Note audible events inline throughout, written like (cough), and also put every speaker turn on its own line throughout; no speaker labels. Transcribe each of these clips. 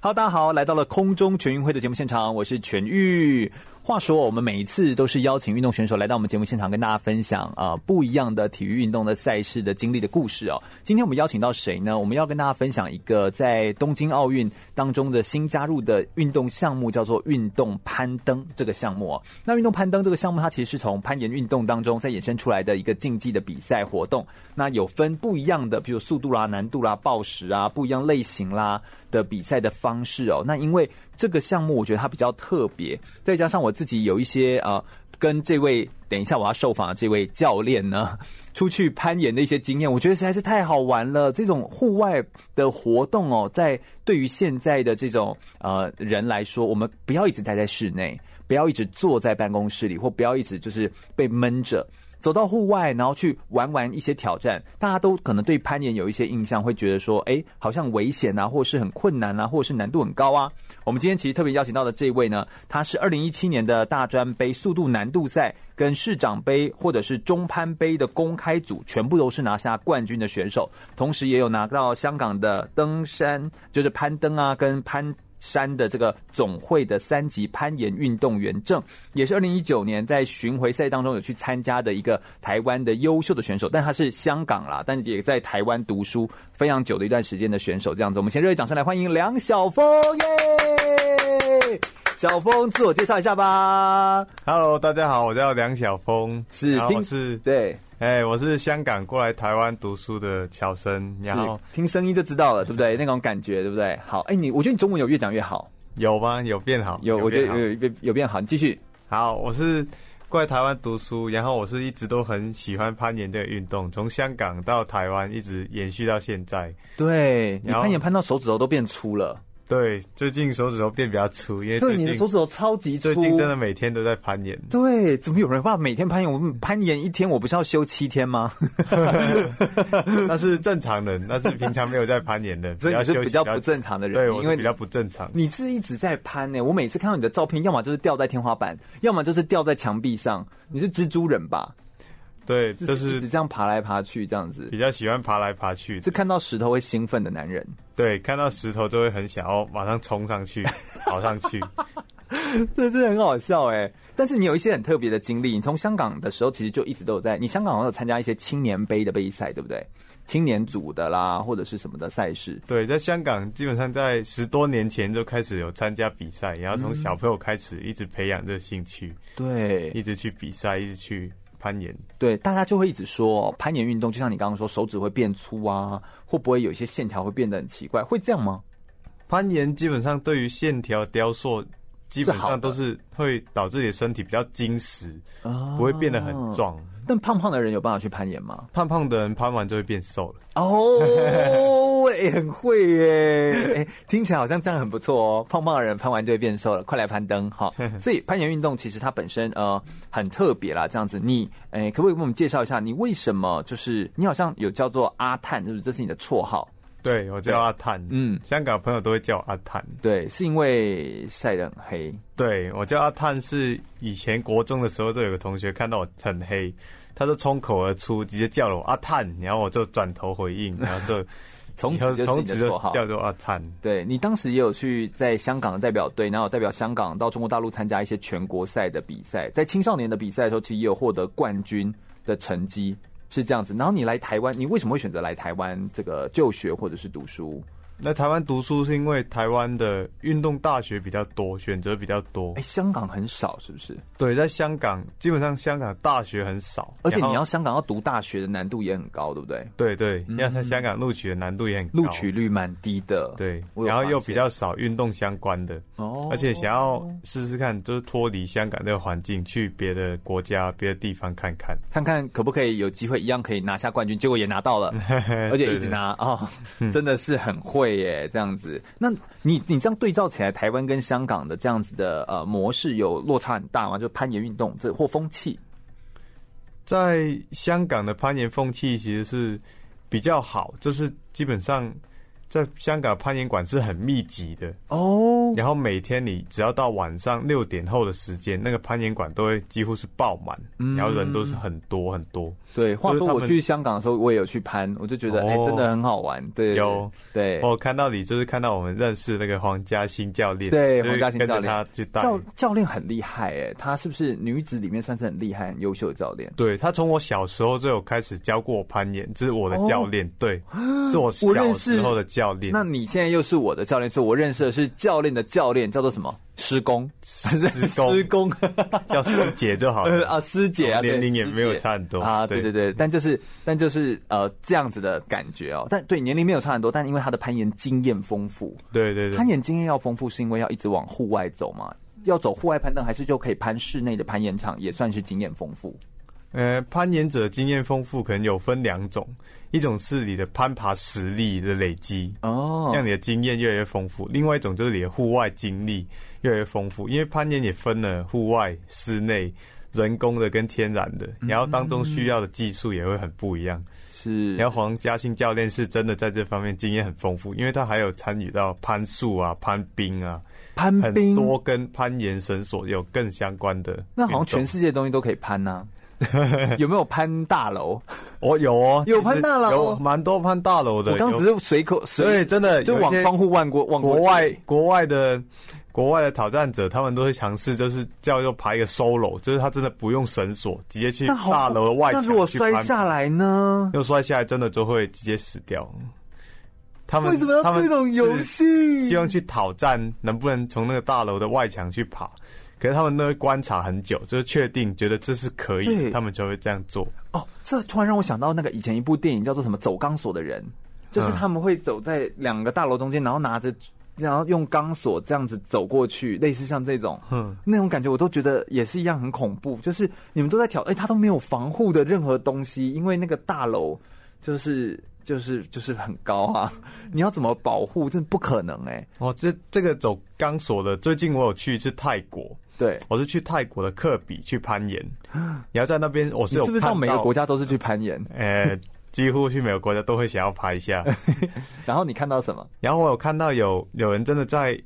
Hello，大家好，来到了空中全运会的节目现场，我是全玉。话说，我们每一次都是邀请运动选手来到我们节目现场，跟大家分享啊、呃不一样的体育运动的赛事的经历的故事哦。今天我们邀请到谁呢？我们要跟大家分享一个在东京奥运当中的新加入的运动项目，叫做运动攀登这个项目、哦。那运动攀登这个项目，它其实是从攀岩运动当中再衍生出来的一个竞技的比赛活动。那有分不一样的，比如速度啦、难度啦、报时啊，不一样类型啦的比赛的方式哦。那因为这个项目我觉得它比较特别，再加上我自己有一些呃，跟这位等一下我要受访的这位教练呢， (laughs) 出去攀岩的一些经验，我觉得实在是太好玩了。这种户外的活动哦，在对于现在的这种呃人来说，我们不要一直待在室内，不要一直坐在办公室里，或不要一直就是被闷着。走到户外，然后去玩玩一些挑战，大家都可能对攀岩有一些印象，会觉得说，哎，好像危险啊，或是很困难啊，或是难度很高啊。我们今天其实特别邀请到的这一位呢，他是二零一七年的大专杯速度难度赛跟市长杯或者是中攀杯的公开组，全部都是拿下冠军的选手，同时也有拿到香港的登山，就是攀登啊，跟攀。山的这个总会的三级攀岩运动员证，也是二零一九年在巡回赛当中有去参加的一个台湾的优秀的选手，但他是香港啦，但也在台湾读书非常久的一段时间的选手。这样子，我们先热烈掌声来欢迎梁晓峰，耶！小峰自我介绍一下吧，
Hello，大家好，我叫梁晓峰，
是
然后
听
我是，
对，
哎、我是香港过来台湾读书的乔生，然后
是听声音就知道了，对不对？那种感觉，对不对？好，哎，你我觉得你中文有越讲越好，
有吗？有变好？
有，我觉
变
得呃
好
有有有变好，你继续。
好，我是过来台湾读书，然后我是一直都很喜欢攀岩这个运动，从香港到台湾一直延续到现在。
对你
然后
攀岩攀到手指头都变粗了，
对，最近手指头变比较粗，因为
对，
最
你的手
近
指头超级粗。
最近真的每天都在攀
(laughs)
岩。
对，怎么有人话每天攀岩？我们攀岩一天，我不是要休七天
(laughs)
吗？
那是正常人，那是平常没有在攀岩的，
(laughs) 所以你
休
是
息
比较不正常的人，
对，我
因
是
为
比较不正常。
你是一直在攀呢、我每次看到你的照片，要么就是吊在天花板，要么就是吊在墙壁上。你是蜘蛛人吧？
对，就
一直
是
这样爬来爬去，这样子
比较喜欢爬来爬去的。
是看到石头会兴奋的男人。 (laughs)
对，看到石头就会很想要马上冲上去，跑上去。
这真的很好笑哎、但是你有一些很特别的经历，你从香港的时候其实就一直都有在，你香港好像有参加一些青年杯的杯赛，对不对？青年组的啦，或者是什么的赛事。
对，在香港基本上在十多年前就开始有参加比赛，然后从小朋友开始一直培养这个兴趣，
对
一直去比赛，一直去攀岩。
对，大家就会一直说攀岩运动，就像你刚刚说，手指会变粗啊，会不会有一些线条会变得很奇怪？会这样吗？
攀岩基本上对于线条雕塑，基本
是好的
上都是会导致你的身体比较精实，
啊
不会变得很。壮。
但胖胖的人有办法去攀岩吗？
胖胖的人攀完就会变瘦了。
哦， (laughs) 哎，很会耶！ (laughs) 哎，听起来好像这样很不错哦。胖胖的人攀完就会变瘦了，快来攀登哈！所以攀岩运动其实它本身呃很特别啦，这样子你哎，可不可以给我们介绍一下你为什么就是你好像有叫做阿探，是不是？这是你的绰号？
对我
对
叫阿探，
嗯
香港朋友都会叫我阿探。
对，是因为晒得很黑。
对我叫阿探是以前国中的时候，就有个同学看到我很黑，他就冲口而出，直接叫了我阿探，然后我就转头回应，然后
(laughs)
就
从
以后
此就是
从
你的
此
绰
就
号。
叫做阿探。
对你当时也有去在香港的代表队，然后代表香港到中国大陆参加一些全国赛的比赛，在青少年的比赛的时候，其实也有获得冠军的成绩，是这样子。然后你来台湾，你为什么会选择来台湾这个就学或者是读书？
那台湾读书是因为台湾的运动大学比较多，选择比较多
哎，。香港很少，是不是？
对，在香港基本上香港大学很少，
而且
然后
你要香港要读大学的难度也很高，对不对？
对对，要在香港录取的难度也很高。
录取率蛮低的，
对，
我有
然后又
发
比
现
较少运动相关的。
哦
而且想要试试看，就是脱离香港这个环境，去别的国家、别的地方看看。
看看可不可
(laughs) 嗯
以有机会一样可以拿下冠军，结果也拿到了，而且一直拿哦，真的是很会会耶，这样子。那你你这样对照起来，台湾跟香港的这样子的呃模式有落差很大吗？就攀岩运动这或风气？
在香港的攀岩风气其实是比较好，就是基本上在香港攀岩馆是很密集的，
哦，
然后每天你只要到晚上六点后的时间，那个攀岩馆都会几乎是爆满，
嗯
然后人都是很多很多。
对。话
就是
说
他
我
们
去香港的时候，我也有去攀，我就觉得哎、
哦
真的很好玩。对，
有
对。
我哦看到你就是看到我们认识那个黄嘉欣教练，
对
就是
黄嘉欣
跟着
教练
他去带。
教教练很厉害哎，他是不是女子里面算是很厉害、很优秀的教练？
对他从我小时候就有开始教过我攀岩，这是我的教练，对，是我
我认
小
识
时候的教练。
那你现在又是哦啊我的教练，所以我认识的是教练的教练，叫做什么？师公，师
(laughs) 公
师公，
叫师姐就好
(laughs) 呃
了
啊，师姐啊，对
年龄也没有差很
师
多
姐啊，对对对，但就是但就是呃这样子的感觉哦，但对年龄没有差很多，但因为他的攀岩经验丰富，
对对对
攀，岩经验要丰富是因为要一直往户外走嘛，要走户外攀登，还是就可以攀室内的攀岩场，也算是经验丰富。
呃，攀岩者经验丰富，可能有分两种，一种是你的攀爬实力的累积，
哦，
让你的经验越来越丰富；，另外一种就是你的户外经历越来越丰富，因为攀岩也分了户外、室内、人工的跟天然的，
嗯
然后当中需要的技术也会很不一样。
是，
然后黄嘉欣教练是真的在这方面经验很丰富，因为他还有参与到攀树啊、攀冰啊，
攀
很
冰，
多跟攀岩绳索有更相关的运动。
那好像全世界的东西都可以攀
(laughs)
呐、有没有攀大楼？
哦有哦，
有
其实
攀大楼
有蛮多攀大楼的。
我刚
有
只是随口
对
随
真的
就
有一
往
些
窗户望过，望过
国
去
外国外的国外的挑战者，他们都会尝试就是叫做爬一个 solo，就是他真的不用绳索，直接去
那好
大楼的外
那
墙
如果
去
摔
攀
下，来呢？
又摔下来，真的就会直接死掉。他们
为什么要
他们
这种游
是
戏？
希望去挑战能不能从那个大楼的外墙去爬。可是他们都会观察很久，就是确定觉得这是可
对
以，他们就会这样做。
哦，这突然让我想到那个以前一部电影叫做什么《走钢索的人》，就是
嗯
他们会走在两个大楼中间，然后拿着。然后用钢索这样子走过去，类似像这种，
嗯
那种感觉，我都觉得也是一样很恐怖。就是你们都在挑，哎、他都没有防护的任何东西，因为那个大楼就是就是就是很高啊，你要怎么保护？真的不可能哎、
哦，这这个走钢索的，最近我有去一次泰国，
对，
我是去泰国的克比去攀
(gasps)
岩，然后在那边我是
你
有
是不是到
看
每个国，家都是去攀岩？
呃，几乎去每个国家都会想要爬
(laughs)
一下。
然后你看到什么？
然后我有看到有有人真的在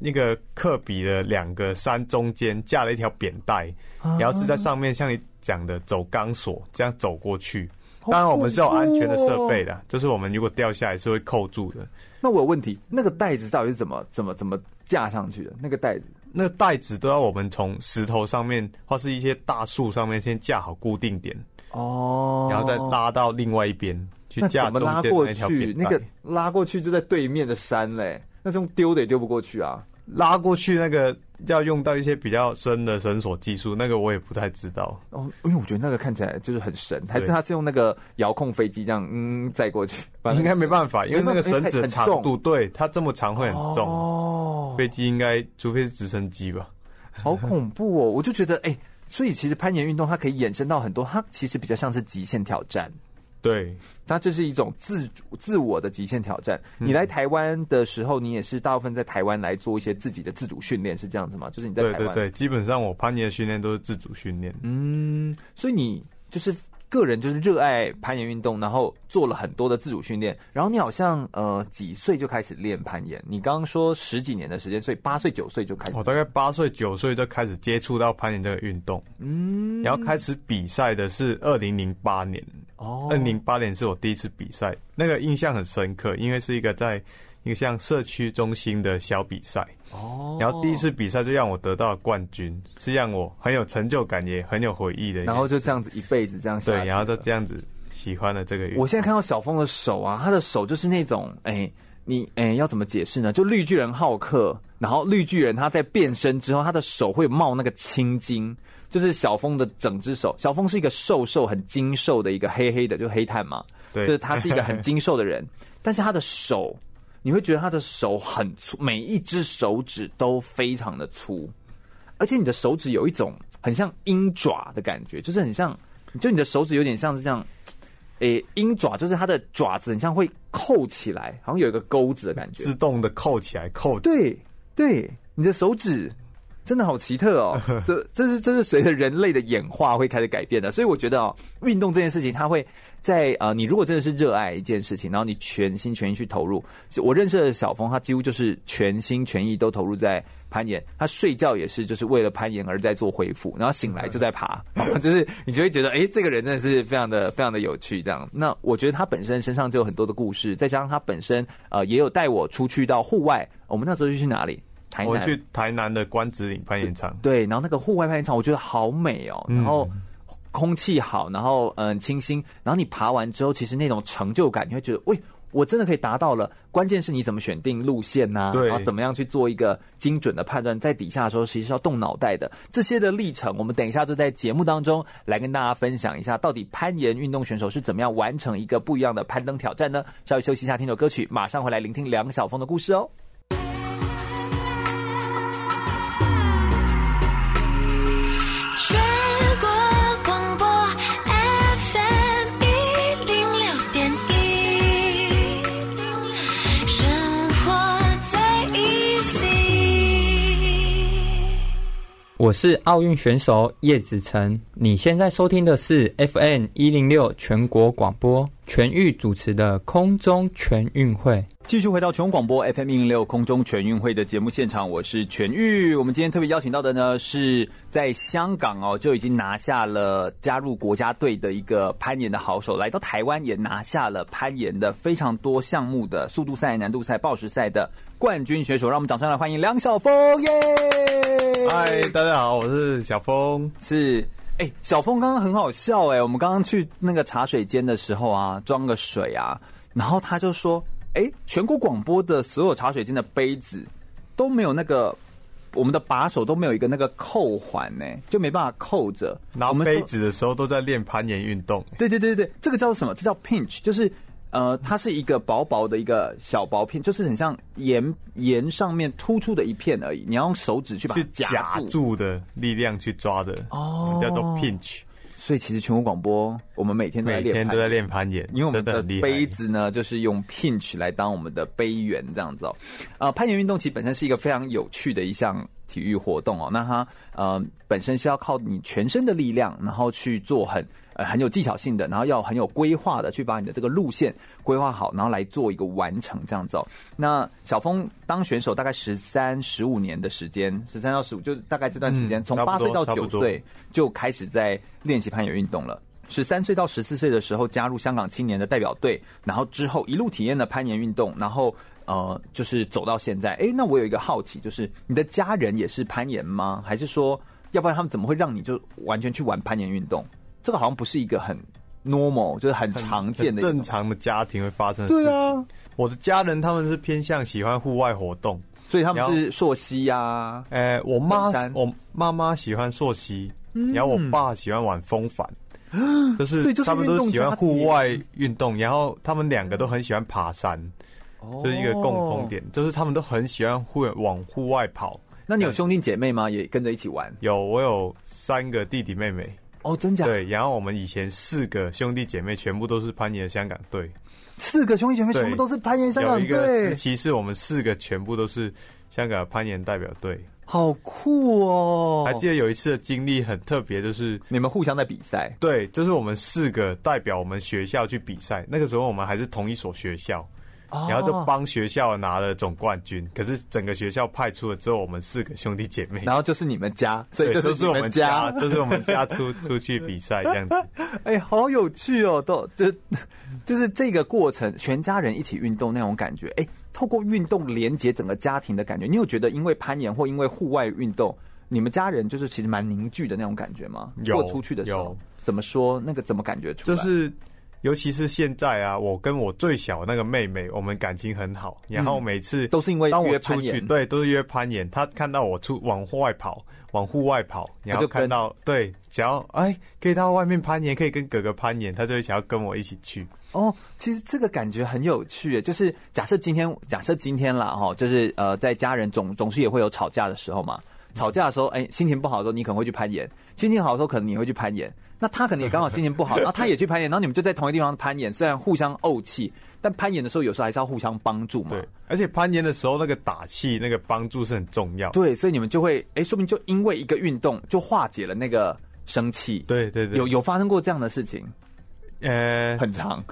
那个克比的两个山中间架了一条扁带，
哦啊
然后是在上面像你讲的走钢索这样走过去。当然我们是有安全的设
哦
备的，就是我们如果掉下来是会扣住的。
那我有问题，那个袋子到底是怎么怎么怎么架上去的？那个袋子
那个袋子都要我们从石头上面或是一些大树上面先架好固定点，
哦
然后再拉到另外一边去
那
架
怎么
中
拉
间
过
那条
去
扁？带。
那个拉过去就在对面的山嘞，那种丢的也丢不过去啊。
拉过去那个要用到一些比较深的绳索技术，那个我也不太知道。
哦，因为我觉得那个看起来就是很神，还是
对
他是用那个遥控飞机这样嗯载过去，反正
应该没办法，因为那个绳子的长
哎没办法因为它很
度，对它这么长会很重。
哦，
飞机应该，除非是直升机吧。
好恐怖哦！我就觉得哎、所以其实攀岩运动它可以衍生到很多，它其实比较像是极限挑战。
对，
它就是一种自主、自我的极限挑战。
嗯
你来台湾的时候，你也是大部分在台湾来做一些自己的自主训练，是这样子吗？就是你在
对
台
对
湾，
对，基本上我攀岩的训练都是自主训练。
嗯，所以你就是个人就是热爱攀岩运动，然后做了很多的自主训练，然后你好像呃几岁就开始练攀岩？你刚刚说十几年的时间，所以八岁九岁就开始
我大概八岁九岁就开始接触到攀岩这个运动，嗯，然后开始比赛的是二零零八年，
哦
二零零八年是我第一次比赛，那个印象很深刻，因为是一个在一个像社区中心的小比赛，
哦
然后第一，次比赛就让我得到了冠军，是让我很有成就感，也很有回忆的一件事。
然后就这样子一辈子这样下
对，
去
然后
了
就这样子喜欢了这个运动。
我现在看到小峰的手啊，他的手就是那种，哎、你哎、要怎么解释呢？就绿巨人浩克，然后绿巨人他在变身之后，他的手会冒那个青筋，就是小峰的整只手。小峰是一个瘦瘦、很精瘦的一个黑黑的，就黑炭嘛，
对
就是他是一个很精瘦的人，但是他的手，你会觉得他的手很粗，每一只手指都非常的粗，而且你的手指有一种很像鹰爪的感觉，就是很像，就你的手指有点像是这样。诶鹰爪，就是它的爪子很像会扣起来，好像有一个钩子的感觉
自。动的扣起来扣。
对对，你的手指真的好奇特哦，这这是这是随着人类的演化会开始改变的，所以我觉得哦，运动这件事情，它会在呃，你如果真的是热爱一件事情，然后你全心全意去投入，我认识的小峰，他几乎就是全心全意都投入在。攀岩，他睡觉也是就是为了攀岩而在做恢复，然后醒来就在
(laughs)
爬，就是你就会觉得，诶，这个人真的是非常的非常的有趣。这样，那我觉得他本身身上就有很多的故事，再加上他本身呃也有带我出去到户外，我们那时候就去哪里？台
我
南。
去台南的关子岭攀岩场，
对，然后那个户外攀岩场，我觉得好美哦，然后。空气好，然后嗯清新，然后你爬完之后，其实那种成就感，你会觉得，喂，我真的可以达到了。关键是你怎么选定路线呐、
对
然后怎么样去做一个精准的判断，在底下的时候，其实是要动脑袋的。这些的历程，我们等一下就在节目当中来跟大家分享一下，到底攀岩运动选手是怎么样完成一个不一样的攀登挑战呢？稍微休息一下，听首歌曲，马上回来聆听梁晓峰的故事哦。
全国广播 FM 一零六点一，生活最 easy。
我是奥运选手叶子成。你现在收听的是 FN 一零六全国广播全域主持的空中全运会。
继续回到全国广播 FM 一零六空中全运会的节目现场，我是全玉。我们今天特别邀请到的呢，是在香港哦就已经拿下了加入国家队的一个攀岩的好手，来到台湾也拿下了攀岩的非常多项目的速度赛、难度赛、暴食赛的冠军选手。让我们掌声来欢迎梁晓峰，耶！
嗨，大家好，我是小峰。
是，哎、小峰刚刚很好笑哎、我们刚刚去那个茶水间的时候啊，装个水啊，然后他就说，哎、全国广播的所有茶水间的杯子都没有那个。我们的把手都没有一个那个扣环呢、就没办法扣着。
拿
我们说
杯子的时候都在练攀岩运动，
对对对对，对这个叫什么？这叫 pinch，就是呃，它是一个薄薄的一个小薄片，就是很像盐盐上面突出的一片而已。你要用手指去把它
去夹
住，
住的力量去抓的，
哦
叫做 pinch。
所以其实全国广播我们每天都在
每
练
天
盘
都在练攀岩，
因为我们
真的
的
很厉害
杯子呢，就是用 pinch 来当我们的杯缘这样子哦。呃，攀岩运动其实本身是一个非常有趣的一项体育活动哦。那它呃本身是要靠你全身的力量，然后去做很呃很有技巧性的，然后要很有规划的去把你的这个路线规划好，然后来做一个完成这样子哦。那小峰当选手大概十三十五年的时间，十三到十五就是大概这段时间，
嗯
从
差不
八
多
岁到
差不
九
多
岁。就开始在练习攀岩运动了。十三岁到十四岁的时候加入香港青年的代表队，然后之后一路体验了攀岩运动，然后呃，就是走到现在。诶，那我有一个好奇，就是你的家人也是攀岩吗？还是说，要不然他们怎么会让你就完全去玩攀岩运动？这个好像不是一个很 normal，就是很常见
很
的一个
正，常的家庭会发生的事
对
情。
啊，
我的家人他们是偏向喜欢户外活动，
所以他们是溯溪呀、啊，
诶、呃我妈
登山嗯
我妈妈喜欢溯溪，然后我爸喜欢玩风
(gasps)
帆，就
所
是
以就是
他们都喜欢户
运动
外运动，然后他们两个都很喜欢爬山，
哦
这是一个共同点，就是他们都很喜欢户往户外跑。
那你有兄弟姐妹吗？也跟着一起玩？
有我有三个弟弟妹妹，
哦，真假？
对，然后我们以前四个兄弟姐妹全部都是攀岩的香港队，
四个兄弟姐妹
对
全部都是攀岩香
有
港
一个
队
时，期是我们四个全部都是香港攀岩代表队。
好酷哦！
还记得有一次的经历很特别，就是
你们互相在比赛，
对，就是我们四个代表我们学校去比赛，那个时候我们还是同一所学校，
哦
然后就帮学校拿了总冠军。可是整个学校派出了之后，我们四个兄弟姐妹，
然后就是你们家，所以
对，
就
都
是
是
你
我
们
们
家
家，，就是我们
(laughs)
家出出去比赛这样子。
哎、好有趣哦！都就 (laughs) 就是这个过程，全家人一起运动那种感觉，哎、透过运动连接整个家庭的感觉，你有觉得因为攀岩或因为户外运动，你们家人就是其实蛮凝聚的那种感觉吗？
有
或出去的时候
有，
怎么说那个怎么感觉出
就
来？
是尤其是现在啊，我跟我最小那个妹妹，我们感情很好，然后每次、
嗯都是因为
当
约
我
攀
出
岩
去，对，都是约攀岩。她看到我出往户外跑，往户外跑，然
就
后看
跟
到对，只要哎可以到外面攀岩，可以跟哥哥攀岩，她就会想要跟我一起去。
哦，其实这个感觉很有趣耶，就是假设今天，假设今天啦，哈，就是呃，在家人总总是也会有吵架的时候嘛。吵架的时候，哎、心情不好的时候，你可能会去攀岩；心情好的时候，可能你会去攀岩。那他可能也刚好心情不
(laughs)
好，然后他也去攀岩，然后你们就在同一个地方攀岩，虽然互相怄气，但攀岩的时候有时候还是要互相帮助嘛
对。，而且攀岩的时候那个打气、那个帮助是很重要。
对，所以你们就会，哎，说明就因为一个运动就化解了那个生气。，
对对对，
有有发生过这样的事情，
呃，
很长。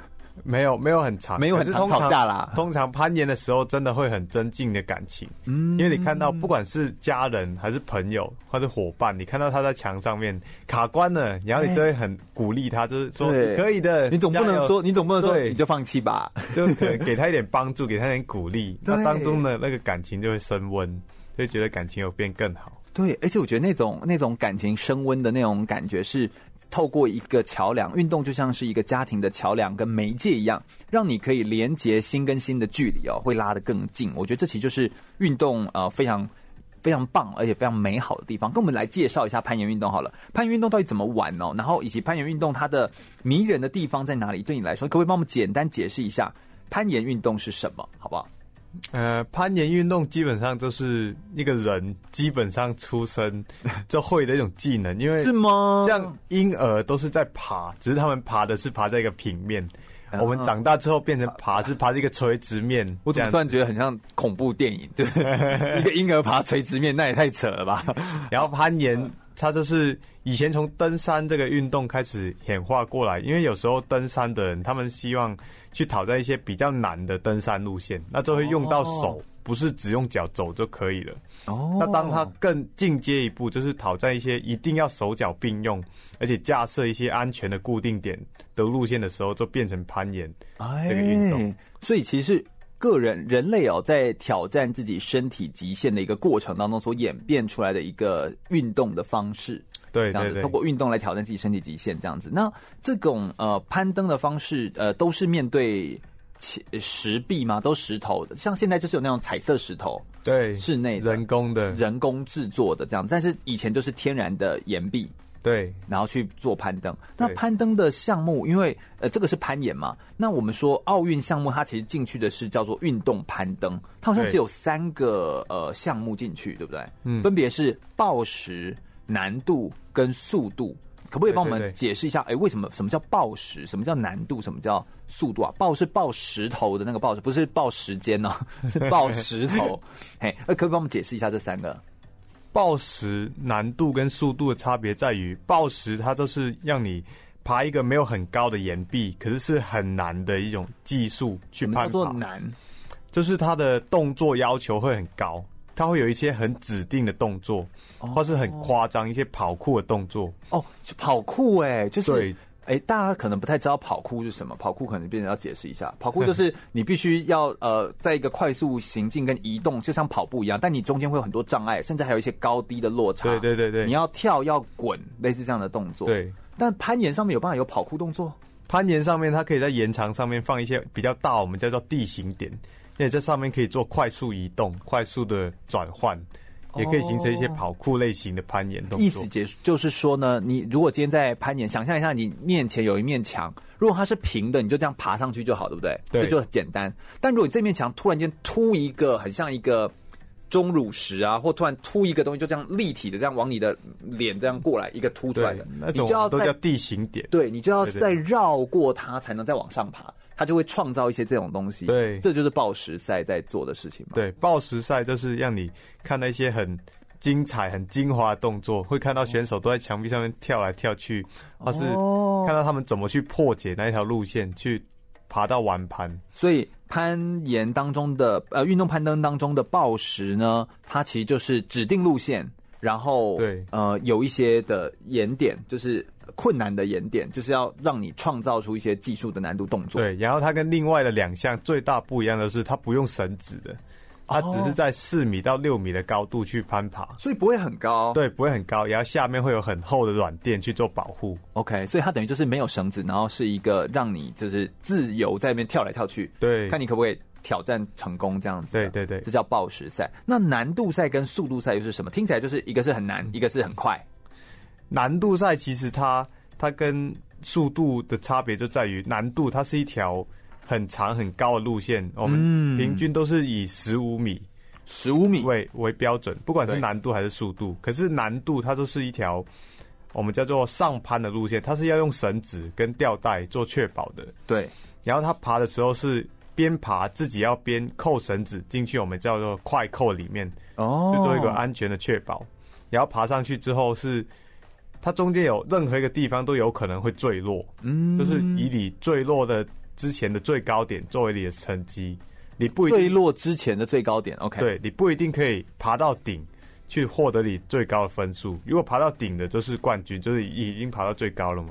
没有没有很长，
没有很
可是
长
通常
吵架啦
通常攀岩的时候，真的会很增进的感情，
嗯
因为你看到不管是家人还是朋友或者伙伴，你看到他在墙上面卡关了，然后你就会很鼓励他，就是说
对
你可以的，
你总不
加
能
油
说，你总不能说
对
你就放弃吧？
就可能 (laughs) 给他一点帮助，给他一点鼓 (laughs) 励，
对
那当中的那个感情就会升温，就会觉得感情有变更好。
对，而且我觉得那种那种感情升温的那种感觉是。透过一个桥梁，运动就像是一个家庭的桥梁跟媒介一样，让你可以连接心跟心的距离哦，会拉得更近。我觉得这其实就是运动呃非常非常棒，而且非常美好的地方。跟我们来介绍一下攀岩运动好了，攀岩运动到底怎么玩哦？然后以及攀岩运动它的迷人的地方在哪里？对你来说，可不可以帮我们简单解释一下攀岩运动是什么，好不好？
呃，攀岩运动基本上就是一个人基本上出生 (laughs) 就会的一种技能，因为
是吗？
像婴儿都是在爬，只是他们爬的是爬在一个平面。
啊
我们长大之后变成爬是爬在一个垂直面，
我怎么突
这样
然觉得很像恐怖电影？ (laughs) 对，一个婴儿爬垂直面，那也太扯了吧？
然后攀
啊
岩，它就是以前从登山这个运动开始演化过来，因为有时候登山的人，他们希望去讨在一些比较难的登山路线，那就会用到手，不是只用脚走就可以了。
哦
那当他更进阶一步，就是讨在一些一定要手脚并用，而且架设一些安全的固定点的路线的时候，就变成攀岩。
哎
这个运动
所以其实是个人人类哦，在挑战自己身体极限的一个过程当中所演变出来的一个运动的方式，
对
这样
对
子
对
通，过运动来挑战自己身体极限，这样子。那这种呃攀登的方式，呃，都是面对其。石壁吗？都石头的，像现在就是有那种彩色石头，
对
室内的
人工的，
人工制作的这样，但是以前就是天然的岩壁，
对
然后去做攀登。那
对
攀登的项目，因为呃这个是攀岩嘛，那我们说奥运项目它其实进去的是叫做运动攀登，它好像
对
只有三个呃项目进去，对不对？
嗯
分别是报时、难度跟速度。可不可以帮我
对对
们
对
解释一下？哎，为什么什么叫报时？什么叫难度？什么叫速度啊？报是报石头的那个报，不是报时间哦，
(laughs)
是报石头。嘿，呃，可不可以帮我们解释一下这三个？
暴食难度跟速度的差别在于，暴食它就是让你爬一个没有很高的岩壁，可是是很难的一种技术去
什么叫
攀
做
爬，
难？
就是它的动作要求会很高，它会有一些很指定的动作，或是很夸张一些跑酷的动作。
哦，跑酷哎、就是
对
哎、大家可能不太知道跑酷是什么，跑酷可能变成要解释一下，
(laughs)
跑酷就是你必须要呃，在一个快速行进跟移动，就像跑步一样，但你中间会有很多障碍，甚至还有一些高低的落差。
对对对对
啊你要跳要滚，类似这样的动作。，
对，
但攀岩上面有办法有跑酷动作
攀岩上面它可以在岩场上面放一些比较大，我们叫做地形点，因为这上面可以做快速移动、快速的转换。也可以形成一些
哦
跑酷类型的攀岩动作，
意思解就是说呢，你如果今天在攀岩，想象一下，你面前有一面墙，如果它是平的，你就这样爬上去就好，对不对？
对
这就很简单。但如果你这面墙突然间突一个，很像一个钟乳石啊，或突然突一个东西，就这样立体的这样往你的脸这样过来，一个凸出来
对
的，，
那
你
种
就要
都
在
叫地形点。
对你就要
对对
再绕过它才能再往上爬，它就会创造一些这种东西。
对
这就是暴食赛在做的事情嘛。
对，暴食赛就是让你看到一些很精彩、很精华的动作，会看到选手都在墙壁上面跳来跳去，或是
哦
看到他们怎么去破解那一条路线，去爬到完盘。
所以攀岩当中的呃运动攀登当中的暴食呢，它其实就是指定路线，然后
对
呃有一些的岩点，就是困难的岩点，就是要让你创造出一些技术的难度动作。，
对，然后它跟另外的两项最大不一样的是，它不用绳子的，
哦
它只是在四米到六米的高度去攀爬。
所以不会很高。
对，不会很高，然后下面会有很厚的软垫去做保护。
，OK，所以它等于就是没有绳子，然后是一个让你就是自由在那边跳来跳去，
对，
看你可不可以挑战成功这样子。啊
对对对
这叫暴食赛。那难度赛跟速度赛又是什么？听起来就是一个是很
嗯
难，一个是很快。
难度赛其实它它跟速度的差别就在于难度，它是一条很长很高的路线，我
嗯
们平均都是以十五米
十五米，
为为标准，不管是
对
难度还是速度。可是难度它都是一条我们叫做上攀的路线，它是要用绳子跟吊带做确保的。
对，
然后他爬的时候是边爬自己要边扣绳子进去，我们叫做快扣里面，
哦，
是做一个啊安全的确保。然后爬上去之后是，它中间有任何一个地方都有可能会坠落，
嗯，
就是以你坠落的之前的最高点作为你的成绩，你不一
坠
定
落之前的最高点，OK，，
对你不一定可以爬到顶去获得你最高的分数。如果爬到顶的就是冠军，就是已已经爬到最高了嘛。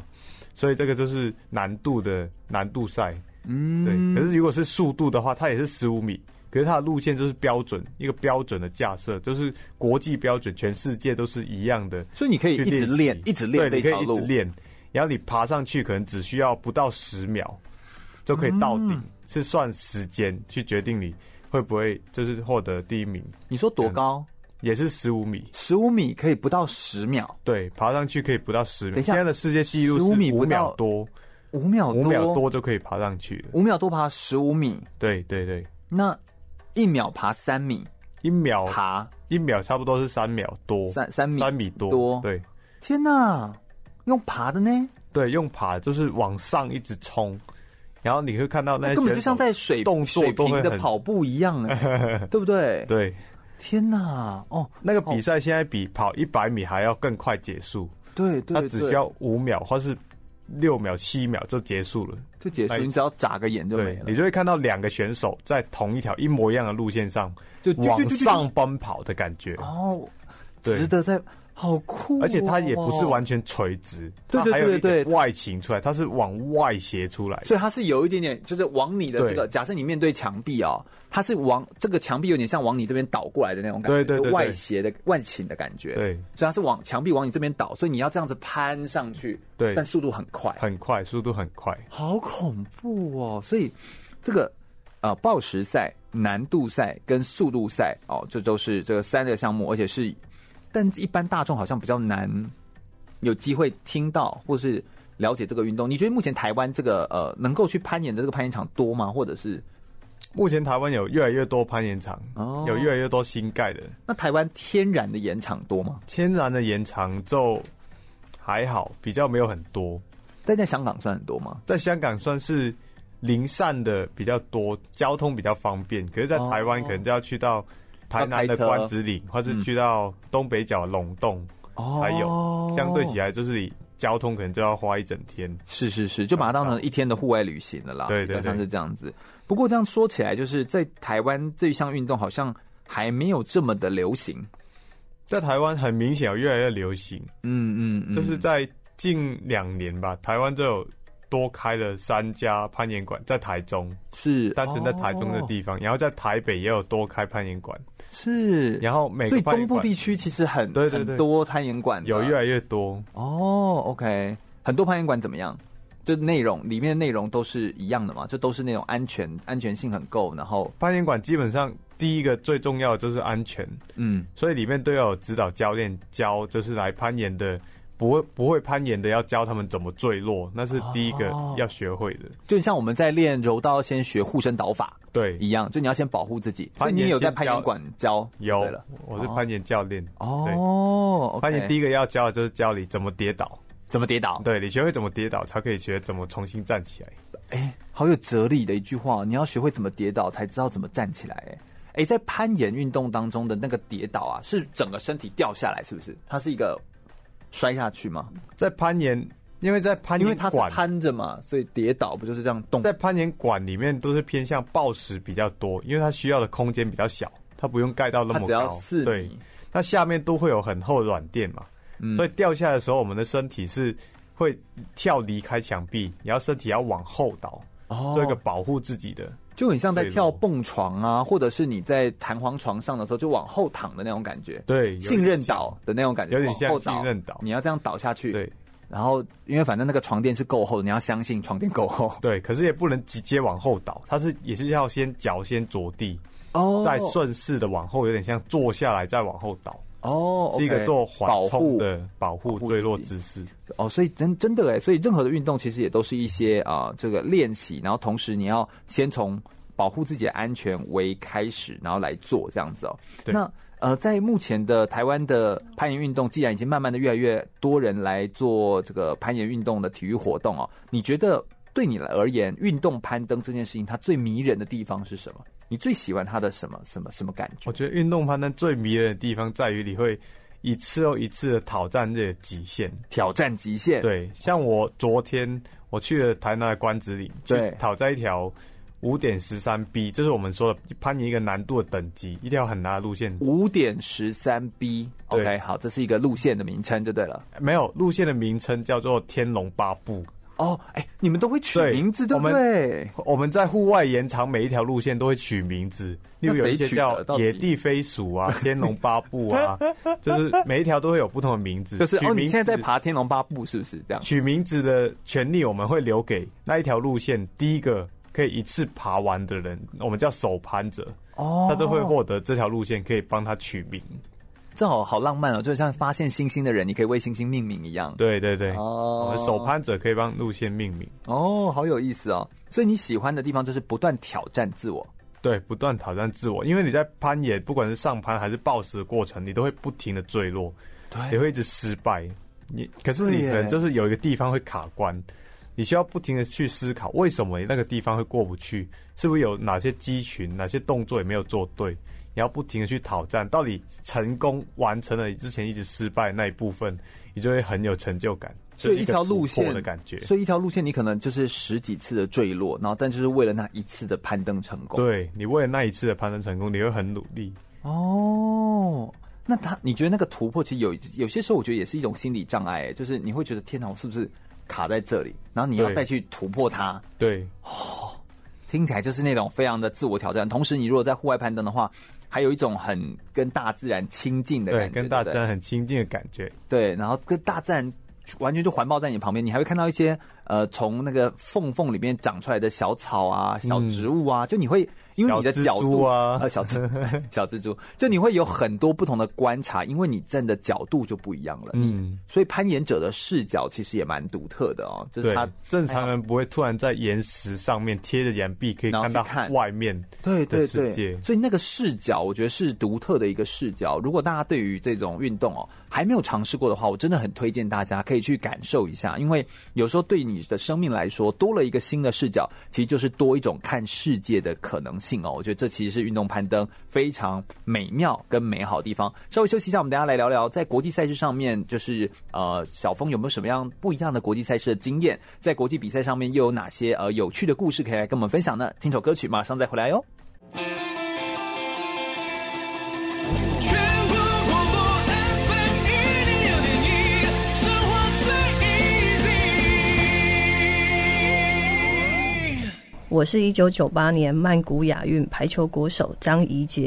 所以这个就是难度的难度赛。
嗯，
对，可是如果是速度的话，它也是十五米，可是它的路线就是标准一个标准的架设，就是国际标准，全世界都是一样的。
所以你可以一直练，一直练这
对，你可
条
以一
路
直，练，然后你爬上去可能只需要不到十秒就可以到
嗯
顶，是算时间去决定你会不会就是获得第一名，
你说多高？
也是十五米。
十五米可以不到十秒，
对，爬上去可以不到十
等
秒。
一下
现在的世界纪录是
15米不
五秒
到
多，
五秒
五
多，
秒多就可以爬上去了。
五秒多爬十五米，
对对对，
那一秒爬三米，
一秒
爬
一秒差不多是三秒多，
三三米
三米多，
多
对
天哪，用爬的呢？
对，用爬就是往上一直冲，然后你会看到
那
那些
根本就
选手
像在水
动
水
作都
平
会
的
很
跑步一样，哎
(laughs)
对不对？
对
天哪，哦，
那个比赛现在比跑一百米还要更快结束，
对
它
对
只
对
需，要五秒或是六秒、七秒就结束了。
就结束，
哎
你只要眨个眼就没
对
了，。
你就会看到两个选手在同一条一模一样的路线上
就就
往上奔跑的感觉，
哦，
对
值得在，好酷哦、
而且它也不是完全垂直，
对对
它还有
对
一
对
点外倾出来，它是往外斜出来的。
所以它是有一点点，就是往你的这个，
对
假设你面对墙壁哦，它是往这个墙壁有点像往你这边倒过来的那种感觉，
对对对
就
对
外斜的外倾的感觉，，
对，
所以呃它是往墙壁往你这边倒，所以你要这样子攀上去，
对
但速度很快，
很快，速度很快。
好恐怖哦！所以这个呃暴食赛、难度赛跟速度赛哦，这都是这个三个项目，而且是但一般大众好像比较难有机会听到或是了解这个运动。你觉得目前台湾这个呃能够去攀岩的这个攀岩场多吗？或者是
目前台湾有越来越多攀岩场，
哦
有越来越多新盖的
那台湾天然的岩场多吗？
天然的岩场就还好，比较没有很多。
但在香港算很多吗？
在香港算是零散的比较多，交通比较方便。可是，在
哦
台湾可能就要去到台南
要
的
开车
关子岭，或是去到东北角龙洞
哦
才有。相对起来，就是你交通可能就要花一整天。
是是是，就把它当成一天的户外旅行了啦，
啊对对对
比较像是这样子。不过这样说起来，就是在台湾这项运动好像还没有这么的流行。
在台湾很明显有越来越流行，
嗯嗯嗯，
就是在近两年吧，台湾就有多开了三家攀岩馆，在台中，
是
单纯在台中的
哦
地方，然后在台北也有多开攀岩馆，
是，
然后每
所
个
以
攀
中
岩
部
馆
地区其实很
对对对
很多攀岩馆的
有越来越多，
哦，OK，很多攀岩馆怎么样？就内容里面的内容都是一样的嘛，就都是那种安全安全性很够，然后
攀岩馆基本上第一个最重要的就是安全，
嗯
所以里面都要有指导教练教，就是来攀岩的。不会不会攀岩的要教他们怎么坠落，那是第一个
哦
要学会的。
就像我们在练柔道，先学护身导法
对，
一样，就你要先保护自己。所
攀
以
岩
你也有在
先
攀岩
教
馆教？
有
对了，
我是攀岩教练。对，
哦，OK，
攀岩第
一
一个要教的就是教你怎么跌倒。
怎么跌倒？
对你学会怎么跌倒，才可以学怎么重新站起来。
哎，好有哲理的一句话，你要学会怎么跌倒，才知道怎么站起来。哎，哎，在攀岩运动当中的那个跌倒啊，是整个身体掉下来，是不是？它是一个摔下去吗？
在攀岩，因为在攀
因为
岩
它是
馆，
攀着嘛，所以跌倒不就是这样动？
在攀岩馆里面都是偏向暴食比较多，因为它需要的空间比较小，它不用盖到那
它
么
只要
高
四。
对
米，，嗯
它下面都会有很厚的软垫嘛，所以掉下来的时候，我们的身体是会跳离开墙壁，然后身体要往后倒，
哦
做一个保护自己的。
就很像在
坠落
跳蹦床啊，或者是你在弹簧床上的时候就往后躺的那种感觉。
对，有点
信任
像
倒的那种感觉，
有点像
往后倒
信任倒
你要这样倒下去，
对
然后，因为反正那个床垫是够厚的，你要相信床垫够厚
对，可是也不能直接往后倒，它是也是要先脚先着地，
(laughs) 哦
再顺势的往后，有点像坐下来再往后倒，
哦，
是一个
OK，
做缓
保
冲
护
的保护坠落姿势。
哦，所以真真的哎，所以任何的运动其实也都是一些啊、这个练习，然后同时你要先从保护自己的安全为开始，然后来做这样子哦。
对
那呃，在目前的台湾的攀岩运动，既然已经慢慢的越来越多人来做这个攀岩运动的体育活动哦，你觉得对你而言，运动攀登这件事情，它最迷人的地方是什么？你最喜欢它的什么什么什么感觉
我？觉得运动攀登最迷人的地方在于你会一次又一次的挑战这个极限。
挑战极限，，
对，像我昨天我去了台南的关子岭，去
对
挑战一条五点十三 B，就是我们说的攀岩一个难度的等级，一条很难的路线。
五点十三 B，OK，
对
好，这是一个路线的名称就对了。
没有路线的名称叫做天龙八部。
哦，哎、你们都会取
对
名字，对
我
不
们
对？
我们在户外延长每一条路线都会取名字，例如有一
那谁
些
取的
叫
到底
野地飞鼠啊、天龙八部啊，就是每一条都会有不同的名字。
就是
取
哦，
名
你现在在
字
爬天龙八部是不是这样？
取名字的权利我们会留给那一条路线第一个可以一次爬完的人，我们叫首攀者，
哦
他就会获得这条路线可以帮他取名。
正好好浪漫哦，就像发现星星的人，你可以为星星命名一样。
对对对，
哦
我们首攀者可以帮路线命名。
哦，好有意思哦。所以你喜欢的地方就是不断挑战自我。
对，不断挑战自我，因为你在攀岩，不管是上攀还是暴食的过程，你都会不停的坠落，你会一直失败。你可是
对
你
耶
可能就是有一个地方会卡关，你需要不停的去思考，为什么那个地方会过不去？是不是有哪些肌群、哪些动作也没有做对？你要不停的去挑战，到底成功完成了之前一直失败的那一部分，你就会很有成就感。
所以
就是
一
个
条路
突破
线
的感觉，
所以一条路线你可能就是十几次的坠落，然后但就是为了那一次的攀登成功。
对你为了那一次的攀登成功，你会很努力。
哦，那他你觉得那个突破其实有有些时候，我觉得也是一种心理障碍，就是你会觉得天哪，我是不是卡在这里？然后你要
对
再去突破它，
对，
听起来就是那种非常的自我挑战。同时，你如果在户外攀登的话，还有一种很跟大自然亲近的感
对，
觉，
跟大
对不
自
对
然很亲近的感觉。
对，然后跟大自然完全就环抱在你旁边，你还会看到一些呃从那个缝缝里面长出来的小草啊、小植物啊，就你会因为你的角
嗯小蜘蛛
度
啊
呃小蜘 (laughs) 小蜘蛛，就你会有很多不同的观察，因为你站的角度就不一样了，嗯，
嗯，
所以攀岩者的视角其实也蛮独特的哦，就是
对
他，
正常人不会突然在岩石上面贴着岩壁可以
然后
看到
去看
外面。
对对
的世
对
界，
所以那个视角，我觉得是独特的一个视角。如果大家对于这种运动哦还没有尝试过的话，我真的很推荐大家可以去感受一下，因为有时候对你的生命来说，多了一个新的视角，其实就是多一种看世界的可能性哦。我觉得这其实是运动攀登非常美妙跟美好的地方。稍微休息一下，我们大家来聊聊在国际赛事上面，就是呃，小峰有没有什么样不一样的国际赛事的经验？在国际比赛上面又有哪些呃有趣的故事可以来跟我们分享呢？听首歌曲，马上再回来哟、
全国广播 FM 一零六点一，生活最 easy。
我是一九九八年曼谷亚运排球国手张怡杰。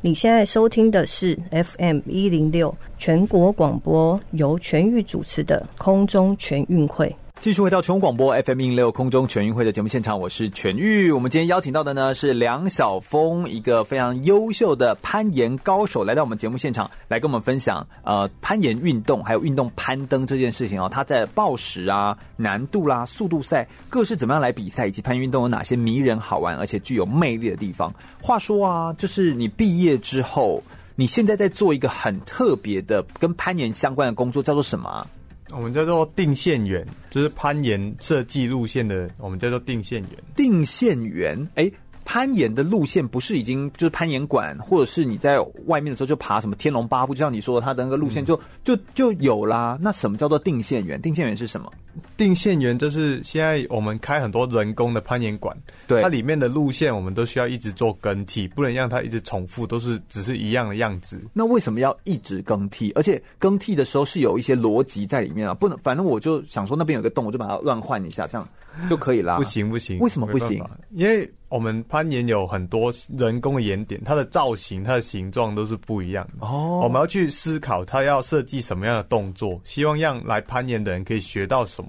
你现在收听的是 FM 一零六全国广播，由全域主持的空中全运会。
继续回到全国广播 FM 一六空中全运会的节目现场，我是全玉。我们今天邀请到的呢是梁晓峰，一个非常优秀的攀岩高手，来到我们节目现场，来跟我们分享呃攀岩运动还有运动攀登这件事情哦。他在报时啊、难度啦、速度赛各是怎么样来比赛，以及攀岩运动有哪些迷人、好玩而且具有魅力的地方。话说啊，就是你毕业之后，你现在在做一个很特别的跟攀岩相关的工作，叫做什么啊？
我们叫做定线员，就是攀岩设计路线的，我们叫做定线员。
定线员，哎，攀岩的路线不是已经就是攀岩馆，或者是你在外面的时候就爬什么天龙八部，就像你说的，它的那个路线就、就就有啦。那什么叫做定线员？定线员是什么？
定线员就是现在我们开很多人工的攀岩馆，
对
它里面的路线我们都需要一直做更替，不能让它一直重复，都是只是一样的样子。
那为什么要一直更替？而且更替的时候是有一些逻辑在里面啊，不能，反正我就想说那边有个洞，我就把它乱换一下，这样就可以啦。
不，行不行，
啊为什么不行
没办法？因为我们攀岩有很多人工的岩点，它的造型、它的形状都是不一样的。
哦
我们要去思考它要设计什么样的动作，希望让来攀岩的人可以学到什么，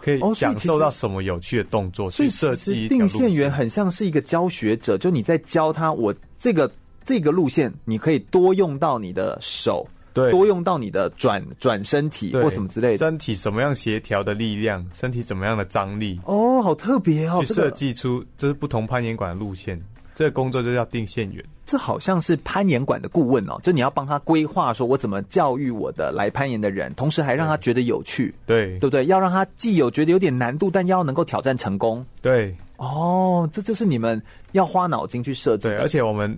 可以
哦所以其实
享受到什么有趣的动作，
所以
去设计
其实
一条
定
路
线员很像是一个教学者，就你在教他我这个这个路线，你可以多用到你的手，
对
多用到你的转转身体
对
或什么之类的。
身体什么样协调的力量，身体怎么样的张力，
哦，好特别哦，
去
这个
设计出就是不同攀岩馆的路线。这个工作就叫定线员，
这好像是攀岩馆的顾问哦，就你要帮他规划，说我怎么教育我的来攀岩的人，同时还让他觉得有趣，
对
对不对？要让他既有觉得有点难度，但要能够挑战成功。
对
哦，这就是你们要花脑筋去设计
对，
的。
而且我们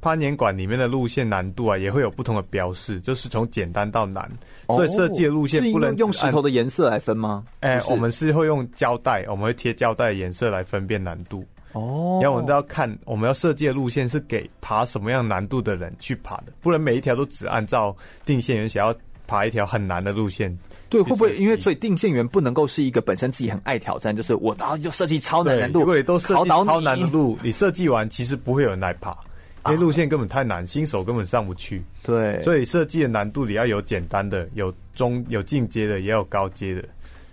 攀岩馆里面的路线难度啊，也会有不同的标示，就是从简单到难，
哦
所以设计的路线
是因
不
为
能
用
只
石
按
头的颜色来分吗？
哎、
不是
我们是会用胶带，我们会贴胶带的颜色来分辨难度。
哦，
然后我们都要看，我们要设计的路线是给爬什么样难度的人去爬的，不能每一条都只按照定线原想要爬一条很难的路线。
对，
去
会不会
设
因为
计
所以定线员不能够是一个本身自己很爱挑战，就是我然后就设计超难
对，
难
如
度啊
果，你都设
考
计
倒你
超难的路，你设计完其实不会有人来爬，因为路线根本太难，新手根本上不去。
(laughs) 对，
所以设计的难度你要有简单的，有中有进阶的，也有高阶的，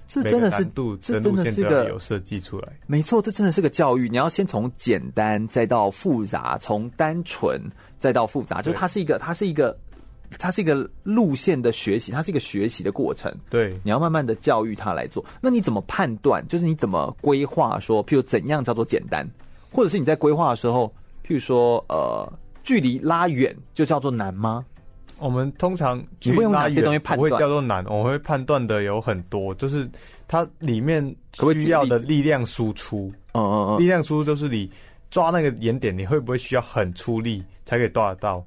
这
每
真
个
的是
难度
这
的
真
路
的
线
是
都
一
要有
个
设计出来。
没错，这真的是个教育。你要先从简单，再到复杂，从单纯再到复杂，就是它是一个，它是一个，它是一个路线的学习，它是一个学习的过程。
对，
你要慢慢的教育他来做。那你怎么判断？就是你怎么规划说，呃譬如怎样叫做简单，或者是你在规划的时候，譬如说呃，距离拉远就叫做难吗？
我们通常
你会用哪些东西判断
我会叫做难，我会判断的有很多，就是它里面
可不可以举
需要
例子
的力量输出，
嗯嗯嗯，
力量输出就是你抓那个岩点，你会不会需要很出力才可以抓得到，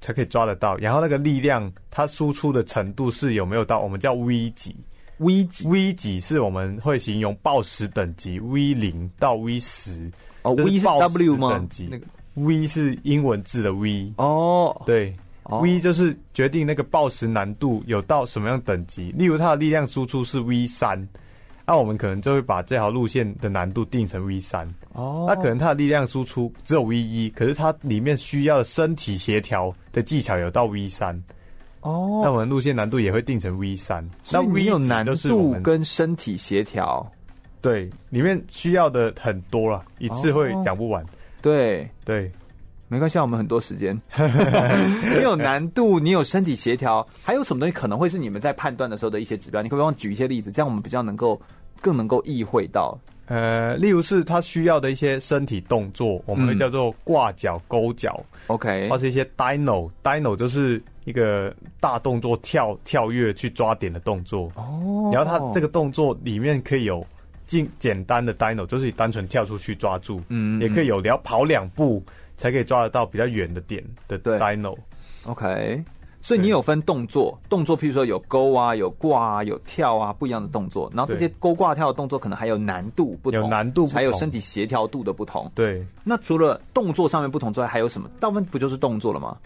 才可以抓得到？然后那个力量它输出的程度是有没有到？我们叫 V 级
危急
，V 级是我们会形容暴食等级，V 零到 V 十
哦
这是
，V 是
暴食
W 吗
等级？
那个
，V 是英文字的 V，
哦，
对。
哦
V 就是决定那个暴食难度有到什么样等级。例如，它的力量输出是 V 三，那我们可能就会把这条路线的难度定成 V 三。
哦，
那可能它的力量输出只有 V 一，可是它里面需要的身体协调的技巧有到 V 三，那
哦，
我们路线难度也会定成 V 三。那
所以
V
你有
级
难
就是我
度
们
跟身体协调，
对里面需要的很多了，一次会
哦
讲不完。
对。
对
没关系啊，我们很多时
(laughs)
间。你有难度，你有身体协调，还有什么东西可能会是你们在判断的时候的一些指标？你可不可以帮我举一些例子，这样我们比较能够更能够意会到。
呃，例如是它需要的一些身体动作，我们会
嗯
叫做挂脚、勾脚。
OK，
哦或是一些 dino dino 就是一个大动作跳跳跃去抓点的动作，
哦
然后它这个动作里面可以有简简单的 dino，就是你单纯跳出去抓住，
嗯
也可以
有
有你要跑两步才可以抓得到比较远的点的
对
dino，
OK。所以你有分动作，动作譬如说有勾啊、有挂啊、有跳啊，不一样的动作。然后这些
对
勾挂跳的动作可能还有难度不同，
有难度不同
还有身体协调度的不同。
对，
那除了动作上面不同之外，还有什么？大部分不就是动作了吗？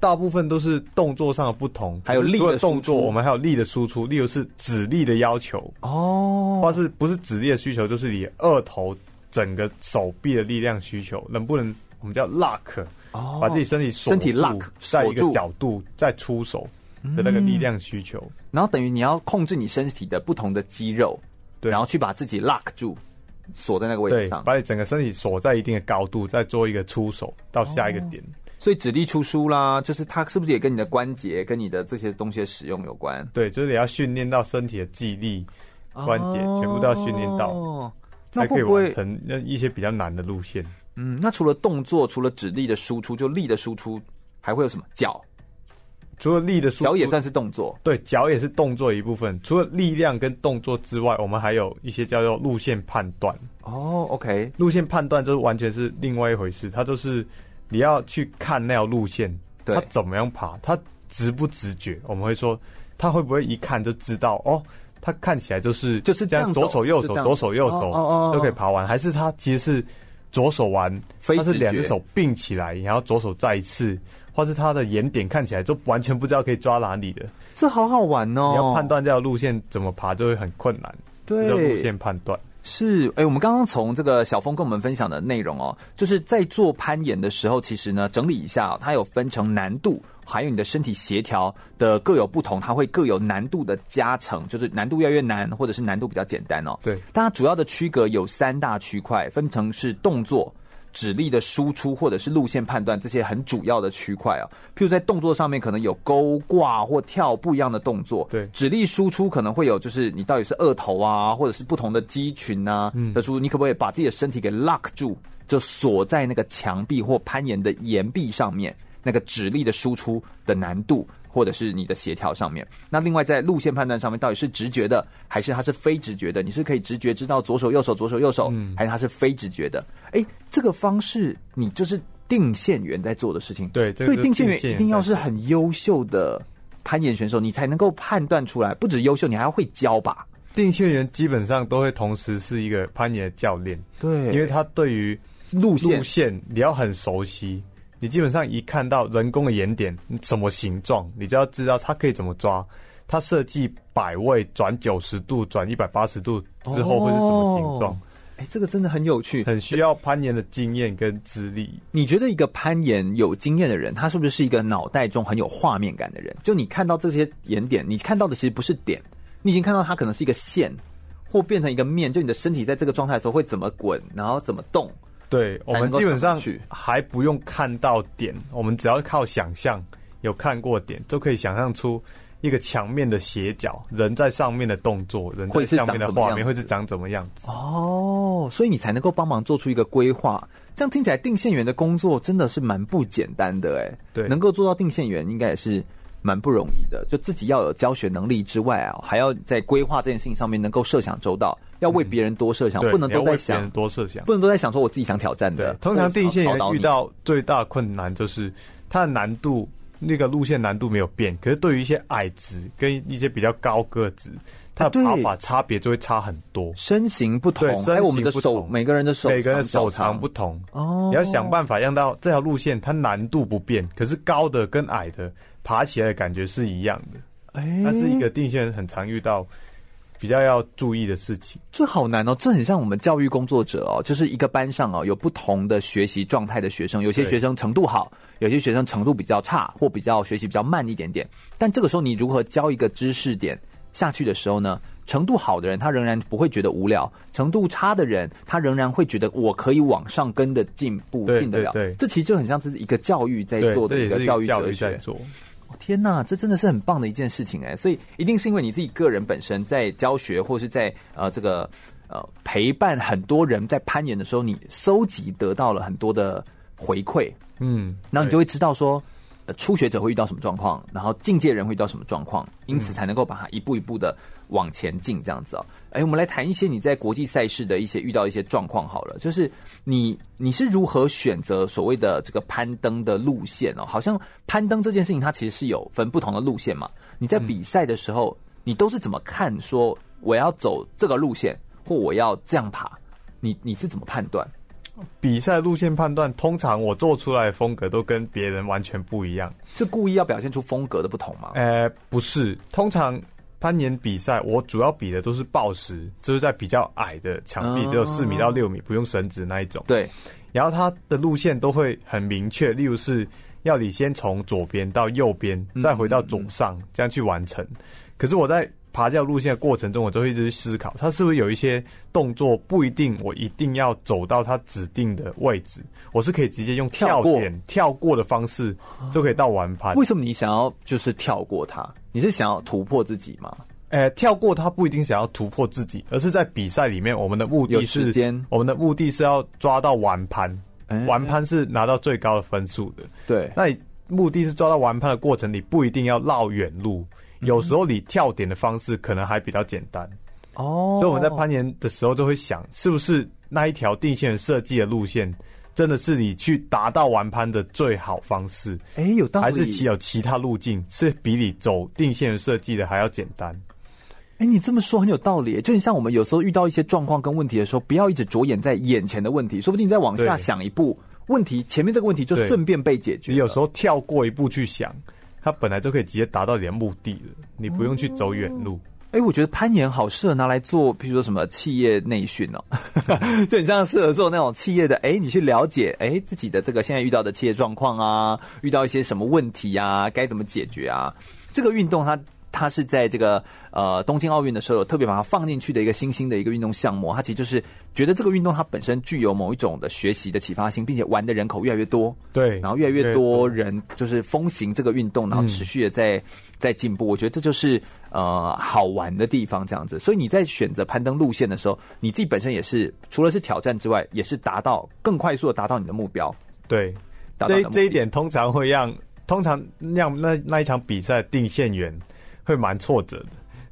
大部分都是动作上的不同，
还有力的
除了
输
动
出
作，我们还有力的输出，例如是指力的要求，
哦
或是不是指力的需求，就是你二头整个手臂的力量需求，能不能我们叫 lock。
哦
把自己身体锁
身体
住
lock，
在一
锁
个
住
角度再出手的那个力量需求。
然后等于你要控制你身体的不同的肌肉，
对
然后去把自己 lock 住，锁在那个位置
对，
上。
把你整个身体锁在一定的高度，再做一个出手到下一个点。
所以指力出书啦，就是它是不是也跟你的关节、跟你的这些东西的使用有关？
对，就是你要训练到身体的肌力、关节，全部都要训练到，
哦，那
才可
会
以
不
完
会？
成那一些比较难的路线。
嗯，那除了动作，除了指力的输出，就力的输出，还会有什么？脚，
除了力的输
脚也
出，
算是动作。
对，脚也是动作一部分。除了力量跟动作之外，我们还有一些叫做路线判断。
哦，OK，
路线判断就是完全是另外一回事，它就是你要去看那条路线，
对
它怎么样爬，它直不直觉，我们会说它会不会一看就知道哦，它看起来就是
就是这
这
样
样左
走
手右
就这
手
样
左手右
哦哦哦
手就可以爬完，还是它其实是左手玩，
非
它是
直
两
觉
只手并起来，然后左手再一次。或是它的眼点看起来就完全不知道可以抓哪里的，
这好好玩哦。
你要判断这条路线怎么爬就会很困难，这
对
叫路线判断。
是，哎、我们刚刚从这个小峰跟我们分享的内容哦，就是在做攀岩的时候，其实呢，整理一下、哦，它有分成难度，还有你的身体协调的各有不同，它会各有难度的加成，就是难度越来越难，或者是难度比较简单哦。
对
但它主要的区隔有三大区块，分成是动作、指力的输出或者是路线判断这些很主要的区块啊。譬如在动作上面，可能有勾挂或跳不一样的动作。
对
呃指力输出可能会有，就是你到底是二头啊，或者是不同的肌群啊的输出，你可不可以把自己的身体给 lock 住，就锁在那个墙壁或攀岩的岩壁上面？那个指力的输出的难度，或者是你的协调上面。那另外在路线判断上面，到底是直觉的还是它是非直觉的？你是可以直觉知道左手右手左手右手，还是它是非直觉的？哎，这个方式你就是定线员在做的事情。
对这个
所以
就是
定线员
定线
一
员
定要
在
是
做
很优秀的攀岩选手，你才能够判断出来。不止优秀，你还要会教吧？
定线员基本上都会同时是一个攀岩的教练，
对
因为他对于
路线
路线你要很熟悉，你基本上一看到人工的岩点什么形状，你就要知道它可以怎么抓。它设计百位转九十度、转一百八十度之后会是什么形状，
哦哎，这个真的很有趣，
很需要攀岩的经验跟资历。
你觉得一个攀岩有经验的人，他是不是一个脑袋中很有画面感的人？就你看到这些岩点，你看到的其实不是点，你已经看到它可能是一个线，或变成一个面。就你的身体在这个状态的时候会怎么滚，然后怎么动。
对，我
才能
们
够
基本
上
上
得去
还不用看到点，我们只要靠想象，有看过点就可以想象出一个墙面的斜角，人在上面的动作，人
会
在
是
上
长
面的
什么
画
样啊
面
子
会是长怎么样子。
哦，所以你才能够帮忙做出一个规划。这样听起来，定线员的工作真的是蛮不简单的哎。
对
能够做到定线员，应该也是蛮不容易的。就自己要有教学能力之外啊，还要在规划这件事情上面能够设想周到，要为别人多设想，
嗯对，
不能
你要
都在
为别人
想
多设想。
不能都在想说我自己想挑战的
对。，通常定线员
我想
遇到最大的困难就是它的难度，那个路线难度没有变，可是对于一些矮子跟一些比较高个子，它的
啊
爬
对
法差别就会差很多。
身形不同
对，身
还
形
有我们的
不
手，
同
每个人的手，
每个人的手长不。同
哦
你要想办法让到这条路线它难度不变，可是高的跟矮的爬起来的感觉是一样的。
哎，
它是一个定线人很常遇到比较要注意的事情。
这好难哦，这很像我们教育工作者哦，就是一个班上哦有不同的学习状态的学生，有些
对
学生程度好，有些学生程度比较差，或比较学习比较慢一点点。但这个时候你如何教一个知识点下去的时候呢？程度好的人他仍然不会觉得无聊，程度差的人他仍然会觉得我可以往上跟的进步
对
进得了。
对对
这其实就很像是一个教育在
对，
做
这
的
也
一
是
个
一
教
个
育
教
哲
育在
学。
做。
哦天呐，这真的是很棒的一件事情哎！所以一定是因为你自己个人本身在教学，或是在呃这个呃陪伴很多人在攀岩的时候，你搜集得到了很多的回馈，
嗯，
然后你就会
对
知道说，呃，初学者会遇到什么状况，然后进阶人会遇到什么状况，因此才能够把它一步一步的往前进，这样子哦。哎，我们来谈一些你在国际赛事的一些遇到一些状况好了，就是你你是如何选择所谓的这个攀登的路线哦？好像攀登这件事情，它其实是有分不同的路线嘛。你在比赛的时候，你都是怎么看说我要走这个路线，或我要这样爬？你你是怎么判断？
比赛路线判断，通常我做出来的风格都跟别人完全不一样。
是故意要表现出风格的不同吗？
呃，不是，通常攀岩比赛我主要比的都是抱石，就是在比较矮的墙壁，
哦
只有四米到六米，不用绳子那一种。
对，
然后它的路线都会很明确，例如是要你先从左边到右边，
嗯
再回到左上，这样去完成。可是我在爬这条路线的过程中，我都会一直去思考，它是不是有一些动作不一定我一定要走到它指定的位置，我是可以直接用
跳
跳
过啊
点跳过的方式就可以到完攀。
为什么你想要就是跳过它？你是想要突破自己吗？
呃，跳过它不一定想要突破自己，而是在比赛里面，我们的目
有
的
时
是
间，
我们的目的是要抓到完盘，
哎
完攀是拿到最高的分数的。
对，
那你目的是抓到完攀的过程，你不一定要绕远路，有时候你跳点的方式可能还比较简单。
哦
所以我们在攀岩的时候就会想，是不是那一条定线设计的路线，真的是你去达到完攀的最好方式，
哎、有道理，
还是其有其他路径是比你走定线设计的还要简单？
哎、你这么说很有道理耶，就很像我们有时候遇到一些状况跟问题的时候，不要一直着眼在眼前的问题，说不定你再往下
对
想一步，问题前面这个问题就
对
顺便被解决
你
了。
有时候跳过一步去想，它本来就可以直接达到你的目的了，你不用去走远路。
哎、我觉得攀岩好适合拿来做，譬如说什么企业内训哦， (laughs) 就很像适合做那种企业的。哎、你去了解哎、自己的这个现在遇到的企业状况啊，遇到一些什么问题啊，该怎么解决啊？这个运动它它是在这个呃东京奥运的时候有特别把它放进去的一个新兴的一个运动项目。它其实就是觉得这个运动它本身具有某一种的学习的启发性，并且玩的人口越来越多，
对，
然后越来越多人就是风行这个运动，然后持续的在、在进步。我觉得这就是呃好玩的地方，这样子。所以你在选择攀登路线的时候，你自己本身也是除了是挑战之外，也是达到更快速的达到你的目标。
对，
达到
这
你
一
的目的
这一点通常会让通常让那那一场比赛定线员会蛮挫折的，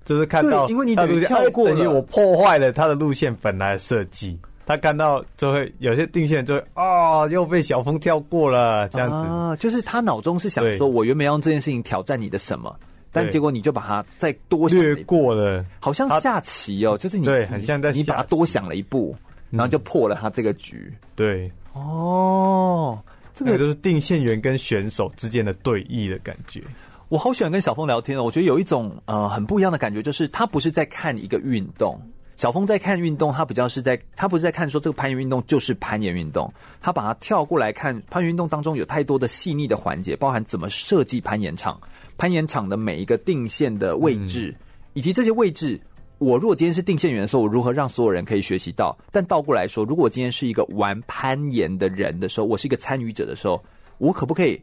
就是看到
对因为你
他的路线
等于跳过
哎等于
了
我破坏了他的路线本来的设计。他看到就会有些定线就会啊、又被小峰跳过了这样子，
啊，就是他脑中是想
对
说，我原本要用这件事情挑战你的什么，但
对
结果你就把它再多想了一
略
步
过了。
好像
他
下棋哦，就是你
对
你
很像在嗯
你把它
下棋
多想了一步，然后就破了他这个局。
对，
哦，这
那个
个
就是定线员跟选手之间的对弈的感觉。
我好喜欢跟小峰聊天哦，我觉得有一种呃很不一样的感觉，就是他不是在看一个运动。小峰在看运动，他比较是在他不是在看说这个攀岩运动就是攀岩运动，他把它跳过来看攀岩运动当中有太多的细腻的环节，包含怎么设计攀岩场、攀岩场的每一个定线的位置，
嗯
以及这些位置，我如果今天是定线员的时候，我如何让所有人可以学习到？但倒过来说，如果我今天是一个玩攀岩的人的时候，我是一个参与者的时候，我可不可以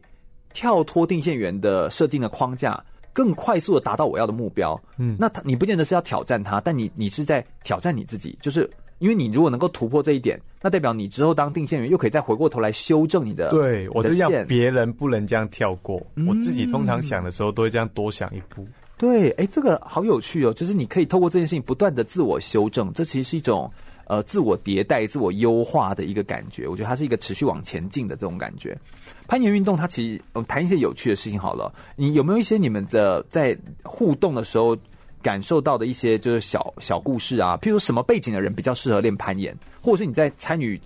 跳脱定线员的设定的框架，更快速的达到我要的目标。嗯，那他你不见得是要挑战他，但你你是在挑战你自己，就是因为你如果能够突破这一点，那代表你之后当定线员又可以再回过头来修正你的
对我
呃的
就让
线嗯
别人不能这样跳过，我自己通常想的时候都会这样多想一步。
对，哎，这个好有趣哦！就是你可以透过这件事情不断的自我修正，这其实是一种呃自我迭代、自我优化的一个感觉。我觉得它是一个持续往前进的这种感觉。攀岩运动，它其实我们谈一些有趣的事情好了。你有没有一些你们的在互动的时候感受到的一些就是小小故事啊？譬如什么背景的人比较适合练攀岩，或者是你在参与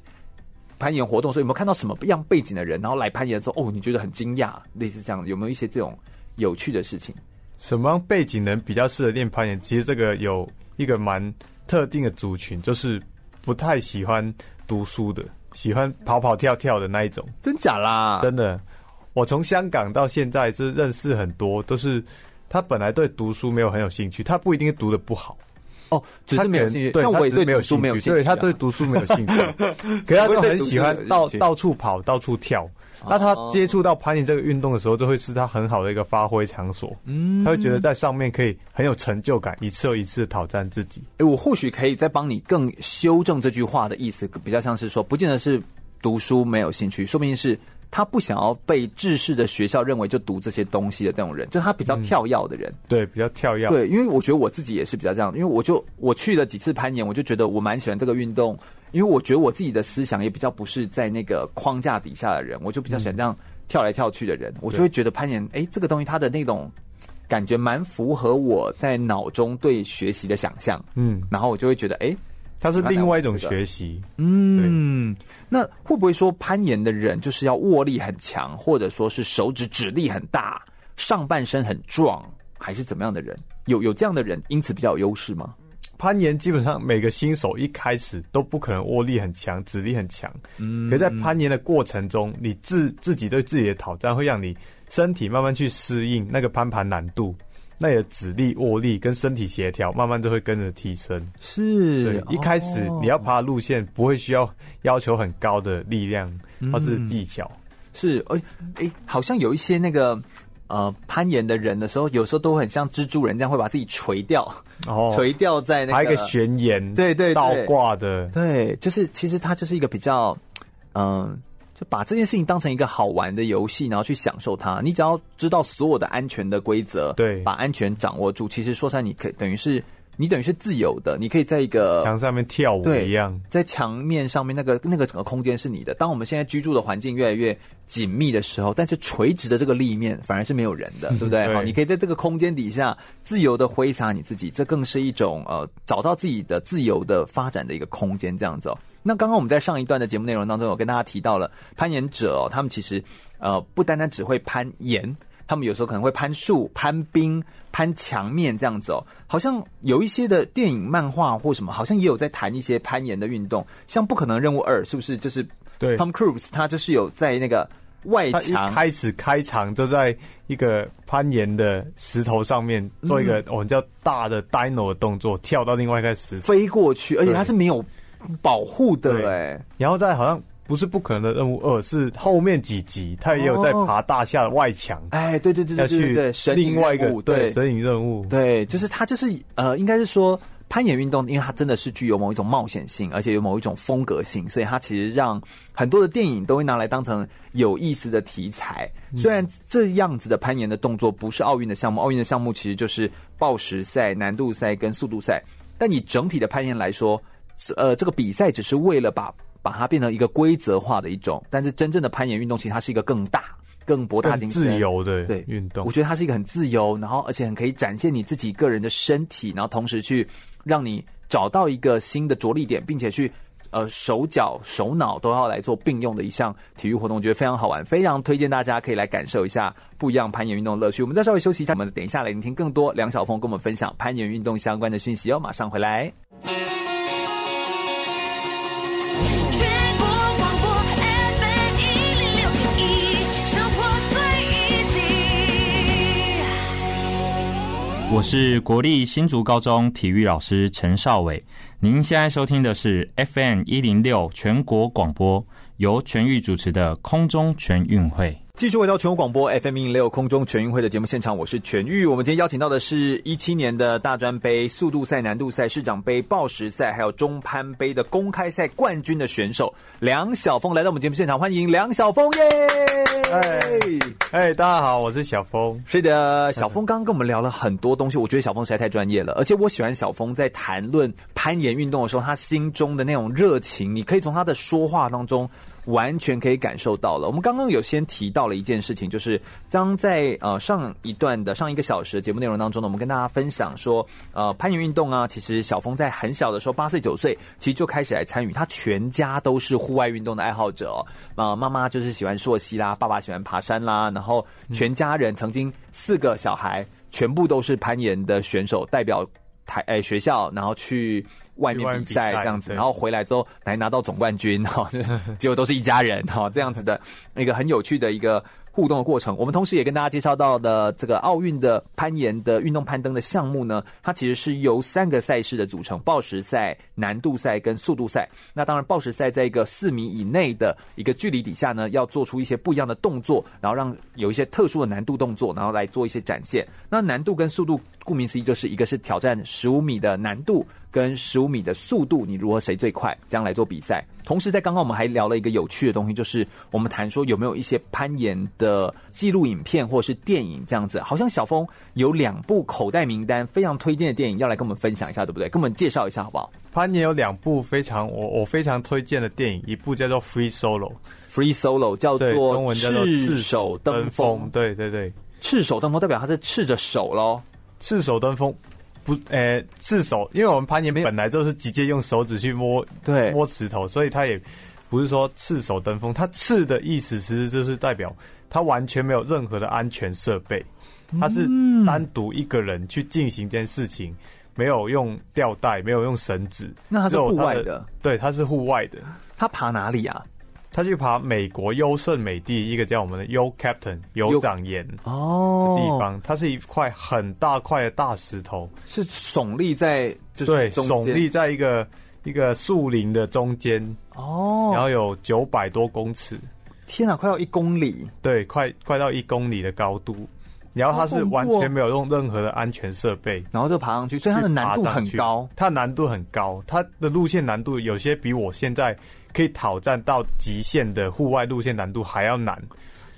攀岩活动的时候，有没有看到什么样背景的人，然后来攀岩的时候，哦，你觉得很惊讶，类似这样的，有没有一些这种有趣的事情？
什么样背景人比较适合练攀岩？其实这个有一个蛮特定的族群，就是不太喜欢读书的，喜欢跑跑跳跳的那一种。
真假啦？
真的，我从香港到现在，就是认识很多，都是他本来对读书没有很有兴趣，他不一定是读的不好，
哦，只是没有
他可能
兴趣。
对，
像我也
他只是
对
没有
读书没有
兴
兴趣、啊
趣，对他对，读书没有
(laughs)
兴趣，可是他就很喜欢到到处跑、到处跳。那他接触到攀岩这个运动的时候，就会是他很好的一个发挥场所。嗯，他会觉得在上面可以很有成就感，一次又一次地挑战自己。
诶我或许可以再帮你更修正这句话的意思，比较像是说，不见得是读书没有兴趣，说明是他不想要被制式的学校认为就读这些东西的这种人，就是他比较跳跃的人。
对，比较跳跃。
对，因为我觉得我自己也是比较这样，因为我就我去了几次攀岩，我就觉得我蛮喜欢这个运动，因为我觉得我自己的思想也比较不是在那个框架底下的人，我就比较喜欢这样跳来跳去的人，我就会觉得攀岩，哎，这个东西它的那种感觉蛮符合我在脑中对学习的想象，
嗯，
然后我就会觉得，哎，
他是另外一种学习。嗯，
嗯，那会不会说攀岩的人就是要握力很强，或者说是手指指力很大，上半身很壮，还是怎么样的人？有有这样的人，因此比较有优势吗？
攀岩基本上每个新手一开始都不可能握力很强、指力很强，嗯，可在攀岩的过程中，你自自己对自己的挑战，会让你身体慢慢去适应那个攀爬难度，那你的指力、握力跟身体协调，慢慢就会跟着提升。对
是，
一开始你要爬的路线不会需要要求很高的力量
嗯
或是技巧，
是，哎、哎、好像有一些那个呃攀岩的人的时候，有时候都很像蜘蛛人这样，会把自己垂掉，
然后
垂掉在那
还哦有一个悬岩，
对对对
倒挂的，
对，就是其实它就是一个比较，嗯，就把这件事情当成一个好玩的游戏，然后去享受它。你只要知道所有的安全的规则，
对
把安全掌握住，其实说实在，你可以等于是你等于是自由的，你可以在一个
墙上面跳舞
对
一样。
在墙面上面那个那个整个空间是你的。当我们现在居住的环境越来越紧密的时候，但是垂直的这个立面反而是没有人
(laughs)
的，对不对？
对
好，你可以在这个空间底下自由的挥洒你自己，这更是一种呃找到自己的自由的发展的一个空间，这样子哦。那刚刚我们在上一段的节目内容当中，有跟大家提到了攀岩者哦，他们其实呃不单单只会攀岩，他们有时候可能会攀树、攀冰、攀墙面这样子哦。好像有一些的电影、漫画或什么，好像也有在谈一些攀岩的运动，像《不可能任务二》，是不是？就是
对
Tom Cruise 他就是有在那个外
他一
墙，
开始开场就在一个攀岩的石头上面做一
嗯
个哦我们叫大的 dino 的动作，跳到另外一个石头，
飞过去，而且它是没有保护的
对
哎。
然后再好像不是不可能的任务二，是后面几集他也有在
哦
爬大厦的外墙，
哎，对对对
要
对对对，
去
神隐
另外一
任
个
务对
神隐任务，
对，就是它就是呃，应该是说攀岩运动，因为它真的是具有某一种冒险性，而且有某一种风格性，所以它其实让很多的电影都会拿来当成有意思的题材。
嗯
虽然这样子的攀岩的动作不是奥运的项目，奥运的项目其实就是报时赛、难度赛跟速度赛，但以整体的攀岩来说，呃，这个比赛只是为了把把它变成一个规则化的一种，但是真正的攀岩运动其实它是一个更大、更博大
更
精
自
深。
由的
对
运动
我。觉得它是一个很自由，然后而且很可以展现你自己个人的身体，然后同时去让你找到一个新的着力点，并且去呃手脚手脑都要来做并用的一项体育活动，我觉得非常好玩，非常推荐大家可以来感受一下不一样攀岩运动的乐趣。我们再稍微休息一下，我们等一下来聆听更多梁晓峰跟我们分享攀岩运动相关的讯息哦，马上回来。
全国广播 FM 一零六点一，生活最 easy。
我是国立新竹高中体育老师陈少伟。您现在收听的是 FM 一零六全国广播，由全域主持的空中全运会。
继续回到全国广播 FM 一零六空中全运会的节目现场，我是全玉。我们今天邀请到的是一七年的大专杯、速度赛、难度赛、市长杯、报时赛，还有中攀杯的公开赛冠军的选手梁晓峰来到我们节目现场，欢迎梁晓峰耶！
哎哎，大家好，我是小峰。
是的，小峰刚刚跟我们聊了很多东西，我觉得小峰实在太专业了，而且我喜欢小峰在谈论攀岩运动的时候，他心中的那种热情，你可以从他的说话当中完全可以感受到了。我们刚刚有先提到了一件事情，就是当在呃上一段的上一个小时的节目内容当中呢，我们跟大家分享说，呃，攀岩运动啊，其实小峰在很小的时候，八岁九岁，其实就开始来参与，他全家都是户外运动的爱好者哦。啊、妈妈就是喜欢溯溪啦，爸爸喜欢爬山啦，然后全家人曾经四个小孩全部都是攀岩的选手，代表台诶、学校，然后去外
去外
面
面
比赛
比赛
这样子，
对
然后回来之后来拿到总冠军哈，就是结果都是一家人哈，这样子的一个很有趣的一个。互动的过程，我们同时也跟大家介绍到的这个奥运的攀岩的运动攀登的项目呢，它其实是由三个赛事的组成：报时赛、难度赛跟速度赛。那当然，报时赛在一个四米以内的一个距离底下呢，要做出一些不一样的动作，然后让有一些特殊的难度动作，然后来做一些展现。那难度跟速度，顾名思义，就是一个是挑战十五米的难度，跟十五米的速度，你如何谁最快，这样来做比赛。同时，在刚刚我们还聊了一个有趣的东西，就是我们谈说有没有一些攀岩的纪录影片或者是电影这样子。好像小峰有两部口袋名单非常推荐的电影要来跟我们分享一下，对不对？跟我们介绍一下好不好
攀岩有两部非常我我非常推荐的电影，一部叫做《Free Solo》，
？Free Solo 叫
对，中
做
文叫做《
赤手登峰，
对对对，
赤手登峰代表他是赤着手喽。
赤手登峰不，呃，赤手，因为我们攀岩本来就是直接用手指去摸
对，
摸石头，所以它也不是说赤手登峰，它赤的意思其实就是代表它完全没有任何的安全设备，
嗯
它是单独一个人去进行这件事情，没有用吊带，没有用绳子，
那他
只
是
有
户
它
外
的
的，
对，它是户外的。
他爬哪里啊？
他去爬美国优胜美地一个叫我们的 U Captain 有长岩的
哦，
地方，它是一块很大块的大石头，
是耸立在就是
对，
中
耸
间
立在一个一个树林的中间，
哦，
然后有九百多公尺，
天啊，快要一公里，
对，快快到一公里的高度，然后
好
它是
恐怖哦
完全没有用任何的安全设备。
然后就爬上去，所以它的难度很高
去爬上去，它难度很高，它的路线难度有些比我现在可以挑战到极限的户外路线难度还要难。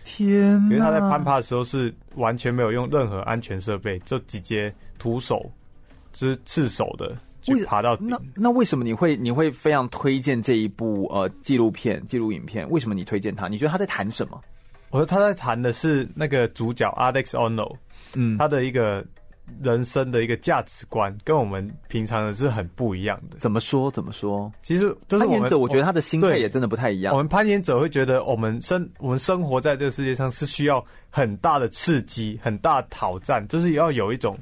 天哪！
因为他在攀爬的时候是完全没有用任何安全设备，就直接徒手，就是赤手的
为
去爬到顶。
那那为什么你会你会非常推荐这一部呃纪录片纪录影片？为什么你推荐它？你觉得他在谈什么？
我说他在谈的是那个主角 Alex Ono，
嗯，
他的一个人生的一个价值观，跟我们平常人是很不一样的。
怎么说怎么说？
其实就是
攀
我
岩
们，
者，我觉得他的心态
对
也真的不太一样
我。们攀岩者会觉得，我们生我们生活在这个世界上是需要很大的刺激、很大的挑战，就是要有一种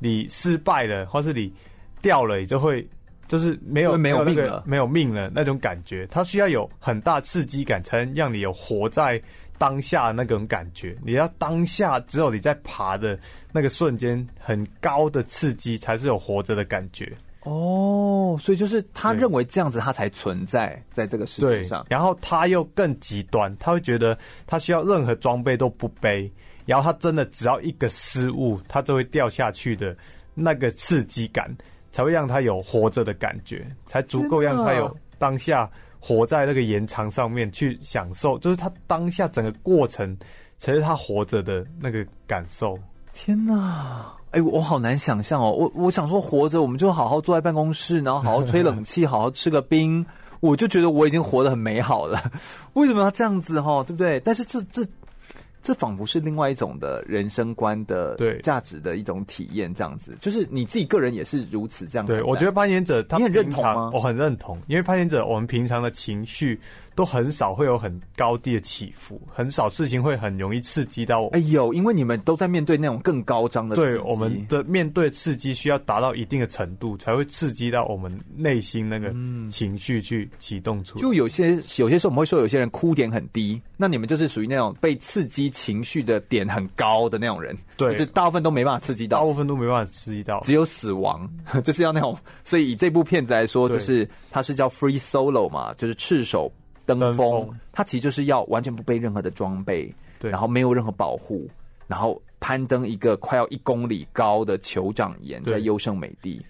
你失败了，或是你掉了，你就会就是没有
会没有
那
命
个
了
没有命了那种感觉。它需要有很大刺激感，才能让你有活在当下那种感觉，你要当下只有你在爬的那个瞬间，很高的刺激才是有活着的感觉。
哦，所以就是他
对
认为这样子他才存在在这个世界
对
上，。
然后他又更极端，他会觉得他需要任何装备都不背，然后他真的只要一个失误，他就会掉下去的那个刺激感，才会让他有活着的感觉，才足够让他
天哪
有当下活在那个延长上面去享受，就是他当下整个过程才是他活着的那个感受。
天哪！哎、我好难想象哦。我我想说，活着我们就好好坐在办公室，然后好好吹冷气，好好吃个冰，我就觉得我已经活得很美好了。 (laughs) 为什么要这样子哈、对不对？但是这这这仿佛是另外一种的人生观的
对
价值的一种体验，这样子。就是你自己个人也是如此这样看待。
对，我觉得攀岩者他
嗯你很认
平
同
常
吗
我很认同，因为攀岩者我们平常的情绪都很少会有很高低的起伏，很少事情会很容易刺激到我。
哎呦，因为你们都在面对那种更高张的刺
对
激
我们的面对刺激需要达到一定的程度，才会刺激到我们内心那个情绪去启动出来。
嗯就有些有些时候我们会说有些人哭点很低，那你们就是属于那种被刺激情绪的点很高的那种人，
对
就是大部分都没办法刺激
大
到，
部分都没办法刺激到。
只有死亡， (laughs) 就是要那种。所以以这部片子来说，
对
就是它是叫 Free Solo 嘛，就是赤手登
登
峰
峰，
它其实就是要完全不备任何的装备，
对
然后没有任何保护，然后攀登一个快要一公里高的酋长岩，
对
在优胜美地。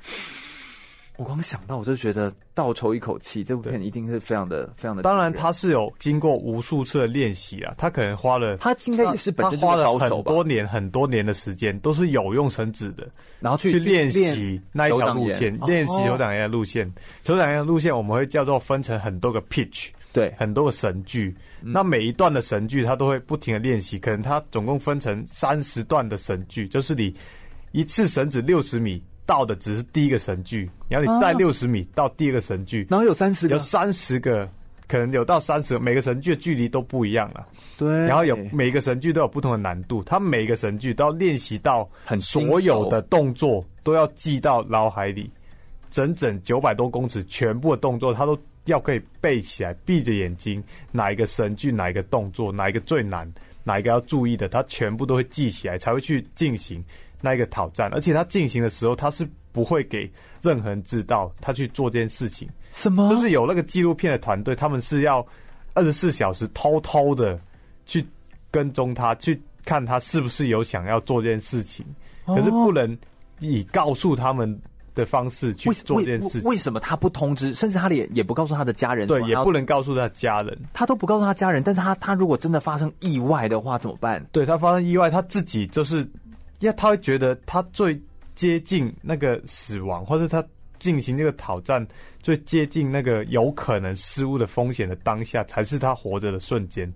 我光想到我就觉得倒抽一口气，这部片一定是非常的非常的。
当然，他是有经过无数次的练习啊，他可能花了
他应该也是本身
他花
就是
了
高
很
手吧
多年很多年的时间，都是有用绳子的。
然后去
去练习那一
手
条
掌
路
眼
线，
哦
练习手掌烟的路线。手掌烟的路线我们会叫做分成很多个 pitch，
对，
很多个神句。
嗯
那每一段的神句，它都会不停的练习，可能它总共分成三十段的神句，就是你一次绳子六十米到的只是第一个神句，然后你再
哦
六十米到第二个神句，
然后有三十
有
个，
三十个。可能有到三十，每个神句的距离都不一样了。
对，
然后有每个神剧都有不同的难度，他每个神剧都要练习到
很精
所有
熟
的动作都要记到脑海里，整整九百多公尺全部的动作他都要可以背起来，闭着眼睛哪一个神剧哪一个动作哪一个最难哪一个要注意的，他全部都会记起来才会去进行那一个挑战，而且他进行的时候他是不会给任何人知道他去做这件事情。
什么？
就是有那个纪录片的团队，他们是要二十四小时偷偷的去跟踪他，去看他是不是有想要做这件事情，可是不能以告诉他们的方式去
为
做这件事
为
情，
为什么他不通知，甚至他也也不告诉他的家人，
对，
然
也
后
不能告诉他家人。
他都不告诉他家人，但是他他如果真的发生意外的话怎么办？
对他发生意外，他自己就是，因为他会觉得他最接近那个死亡，或是他进行这个挑战最接近那个有可能失误的风险的当下，才是他活着的瞬间。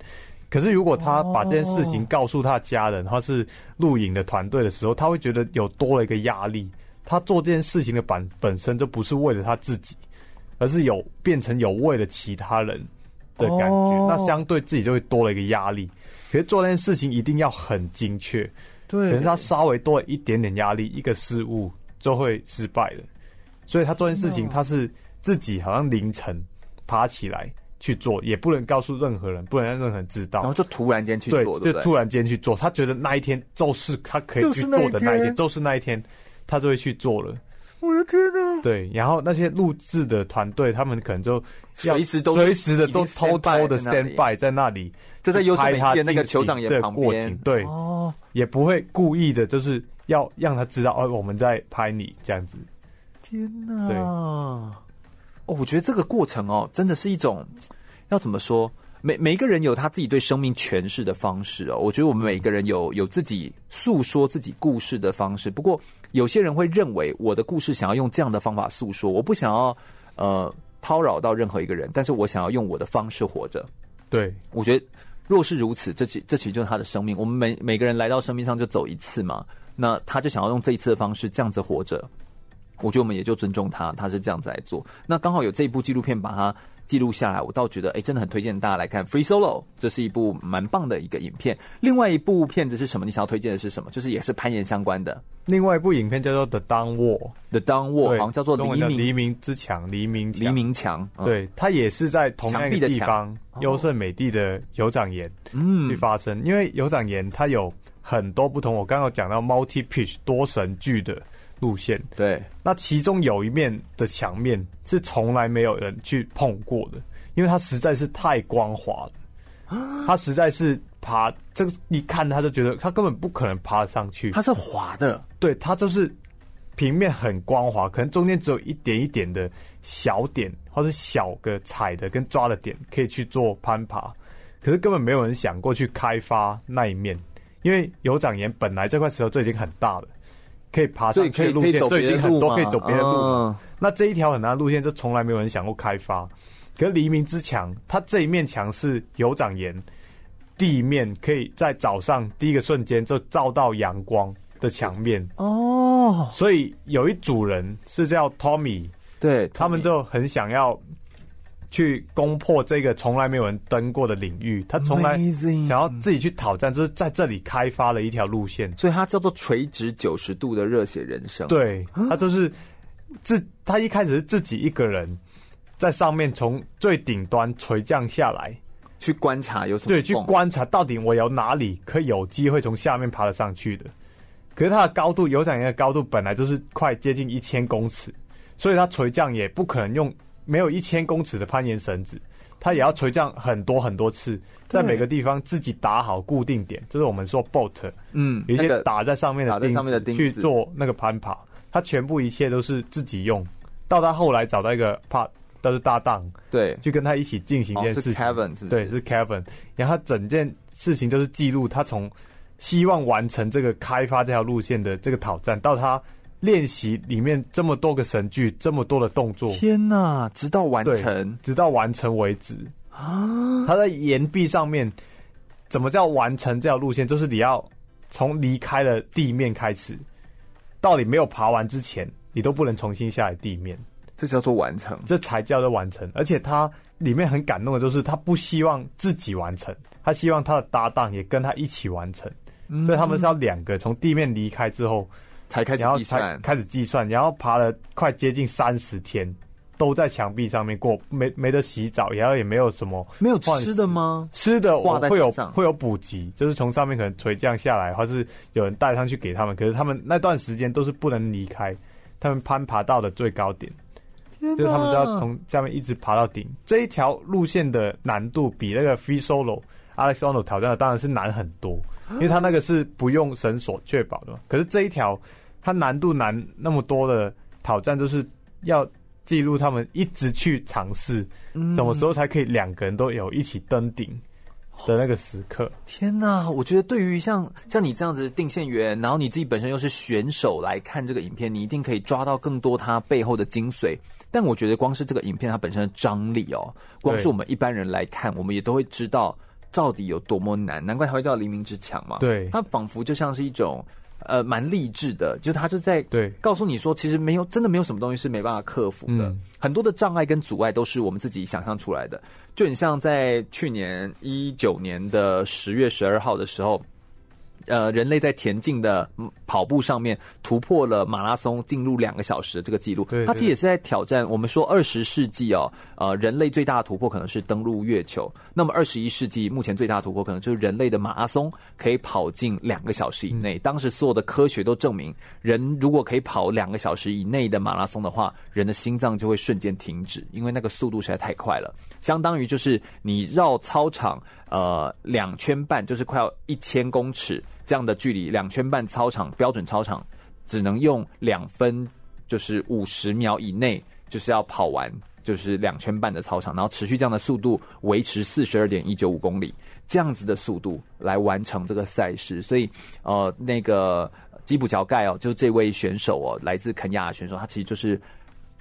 可是如果他把这件事情告诉他家人，或是录影的团队的时候，他会觉得有多了一个压力。他做这件事情的本本身就不是为了他自己，而是有变成有为了其他人的感觉，
哦
那相对自己就会多了一个压力。可是做那件事情一定要很精确，可
对
能他稍微多了一点点压力，一个失误就会失败了。所以他做这件事情，他是自己好像凌晨爬起来去做，也不能告诉任何人，不能让任何人知
然后
道。
就突然间去
对，
做，对
就
不
突
对？
然间去做，他觉得那一天就是他可以
就是
去
那一
做的那一
天
天，就是那一天，他就会去做了。
我的天 (laughs) 哪！
对，然后那些录制的团队，他们可能就要
随时都
随时的
已经
都偷
stand by
偷的
在那里
stand by 在那里，
就在优胜
拍
美
他
地的那个
进
酋长
行
岩
这个
旁
过
边
程对，
哦，
也不会故意的，就是要让他知道哦，我们在拍你这样子。
天哪！哦，我觉得这个过程哦，真的是一种要怎么说？每每一个人有他自己对生命诠释的方式哦。我觉得我们每一个人有有自己诉说自己故事的方式。不过有些人会认为我的故事想要用这样的方法诉说，我不想要呃叨扰到任何一个人，但是我想要用我的方式活着。
对
我觉得若是如此，这其这其实就是他的生命。我们每每个人来到生命上就走一次嘛，那他就想要用这一次的方式这样子活着。我觉得我们也就尊重他，他是这样子来做。那刚好有这一部纪录片把他记录下来，我倒觉得哎、真的很推荐大家来看《Free Solo》，这是一部蛮棒的一个影片。另外一部片子是什么？你想要推荐的是什么？就是也是攀岩相关的
另外一部影片叫做《The Down Wall
《The Down》，Wall》，好像叫做
中文
黎
叫
明
黎明之墙，黎明墙
黎。明强，嗯，
对，它也是在同样一个地方
墙壁的墙，哦
优胜美地的有长岩去
嗯，
发生，因为有长岩它有很多不同，我刚刚有讲到 multi pitch 多神剧的路线，
对，
那其中有一面的墙面是从来没有人去碰过的，因为它实在是太
(gasps)
光滑了，它实在是爬这个一看他就觉得他根本不可能爬上去
它，是滑的，
对，它就是平面很光滑，可能中间只有一点一点的小点或是小个踩的跟抓的点可以去做攀爬，可是根本没有人想过去开发那一面，因为有长岩本来这块石头就已经很大了。可以爬
所以
啊上
可
去
以
的
可以走
路线就已
别
经
的
很
路
多，
嘛，
可以走别的路嘛。
嗯
那这一条很难的路线，就从来没有人想过开发。可是黎明之墙，它这一面墙是有长岩，地面可以在早上第一个瞬间就照到阳光的墙面，
哦，
所以有一组人是叫 Tommy，
对
他们就很想要去攻破这个从来没有人登过的领域，他从来
Amazing
想要自己去挑战，就是在这里开发了一条路线。
所以它叫做垂直九十度的热血人生。，
对他就是自他一开始是自己一个人在上面从最顶端垂降下来，
去观察有什么
对，去
缝
观察到底我有哪里可以有机会从下面爬得上去的。可是它的高度，有氧岩的高度本来就是快接近一千公尺，所以它垂降也不可能用没有一千公尺的攀岩绳子，它也要垂降很多很多次，在每个地方自己打好固定点，这是我们说 boat
嗯，
有一
那
些
个
打在上面的
打在上面的钉子
去做那个攀爬，他全部一切都是自己用。到他后来找到一个 part，都是搭档，
对，
去跟他一起进行一
哦
件
是
事情。
Kevin 是不是？
对，是 Kevin。然后他整件事情就是记录他从希望完成这个开发这条路线的这个挑战，到他练习里面这么多个神剧，这么多的动作，
天哪，直到完成
直到完成为止。
啊
他在岩壁上面，怎么叫完成这条路线？就是你要从离开了地面开始，到你没有爬完之前，你都不能重新下来地面，
这叫做完成。
这才叫做完成。而且他里面很感动的就是，他不希望自己完成，他希望他的搭档也跟他一起完成。所以他们是要两个从地面离开之后，
才开始
然后
计
才
算，
开始计算，然后爬了快接近三十天，都在墙壁上面过，没没得洗澡，然后也没有什么
没有
换
吃的吗？
吃的，
挂
我
在
会有
墙上
会有补给，就是从上面可能垂降下来，或是有人带上去给他们，可是他们那段时间都是不能离开，他们攀爬到的最高点，
就
(laughs) 就是他们都
啊
要从下面一直爬到顶。这一条路线的难度比那个 free solo。Alex o n o 挑战的当然是难很多，因为他那个是不用绳索确保的嘛。可是这一条它难度难那么多的挑战，就是要记录他们一直去尝试，什么时候才可以两个人都有一起登顶的那个时刻。
天呐，我觉得对于像像你这样子定线员，然后你自己本身又是选手来看这个影片，你一定可以抓到更多它背后的精髓。但我觉得光是这个影片它本身的张力哦，光是我们一般人来看，我们也都会知道到底有多么难。难怪它会叫黎明之墙嘛。
对
它仿佛就像是一种呃蛮励志的，就是它就在
对
告诉你说，其实没有真的没有什么东西是没办法克服的，
嗯
很多的障碍跟阻碍都是我们自己想象出来的。就很像在去年一九年的十月十二号的时候。呃，人类在田径的嗯跑步上面突破了马拉松进入两个小时的这个记录，
对
它其实也是在挑战。我们说二十世纪哦，呃，人类最大的突破可能是登陆月球，那么二十一世纪目前最大的突破可能就是人类的马拉松可以跑进两个小时以内。当时所有的科学都证明，人如果可以跑两个小时以内的马拉松的话，人的心脏就会瞬间停止，因为那个速度实在太快了，相当于就是你绕操场呃两圈半，就是快要一千公尺这样的距离，两圈半操场标准操场只能用两分就是五十秒以内，就是要跑完就是两圈半的操场，然后持续这样的速度维持四十二点一九五公里这样子的速度来完成这个赛事。所以呃，那个基普乔盖哦，就这位选手哦，来自肯亚的选手，他其实就是。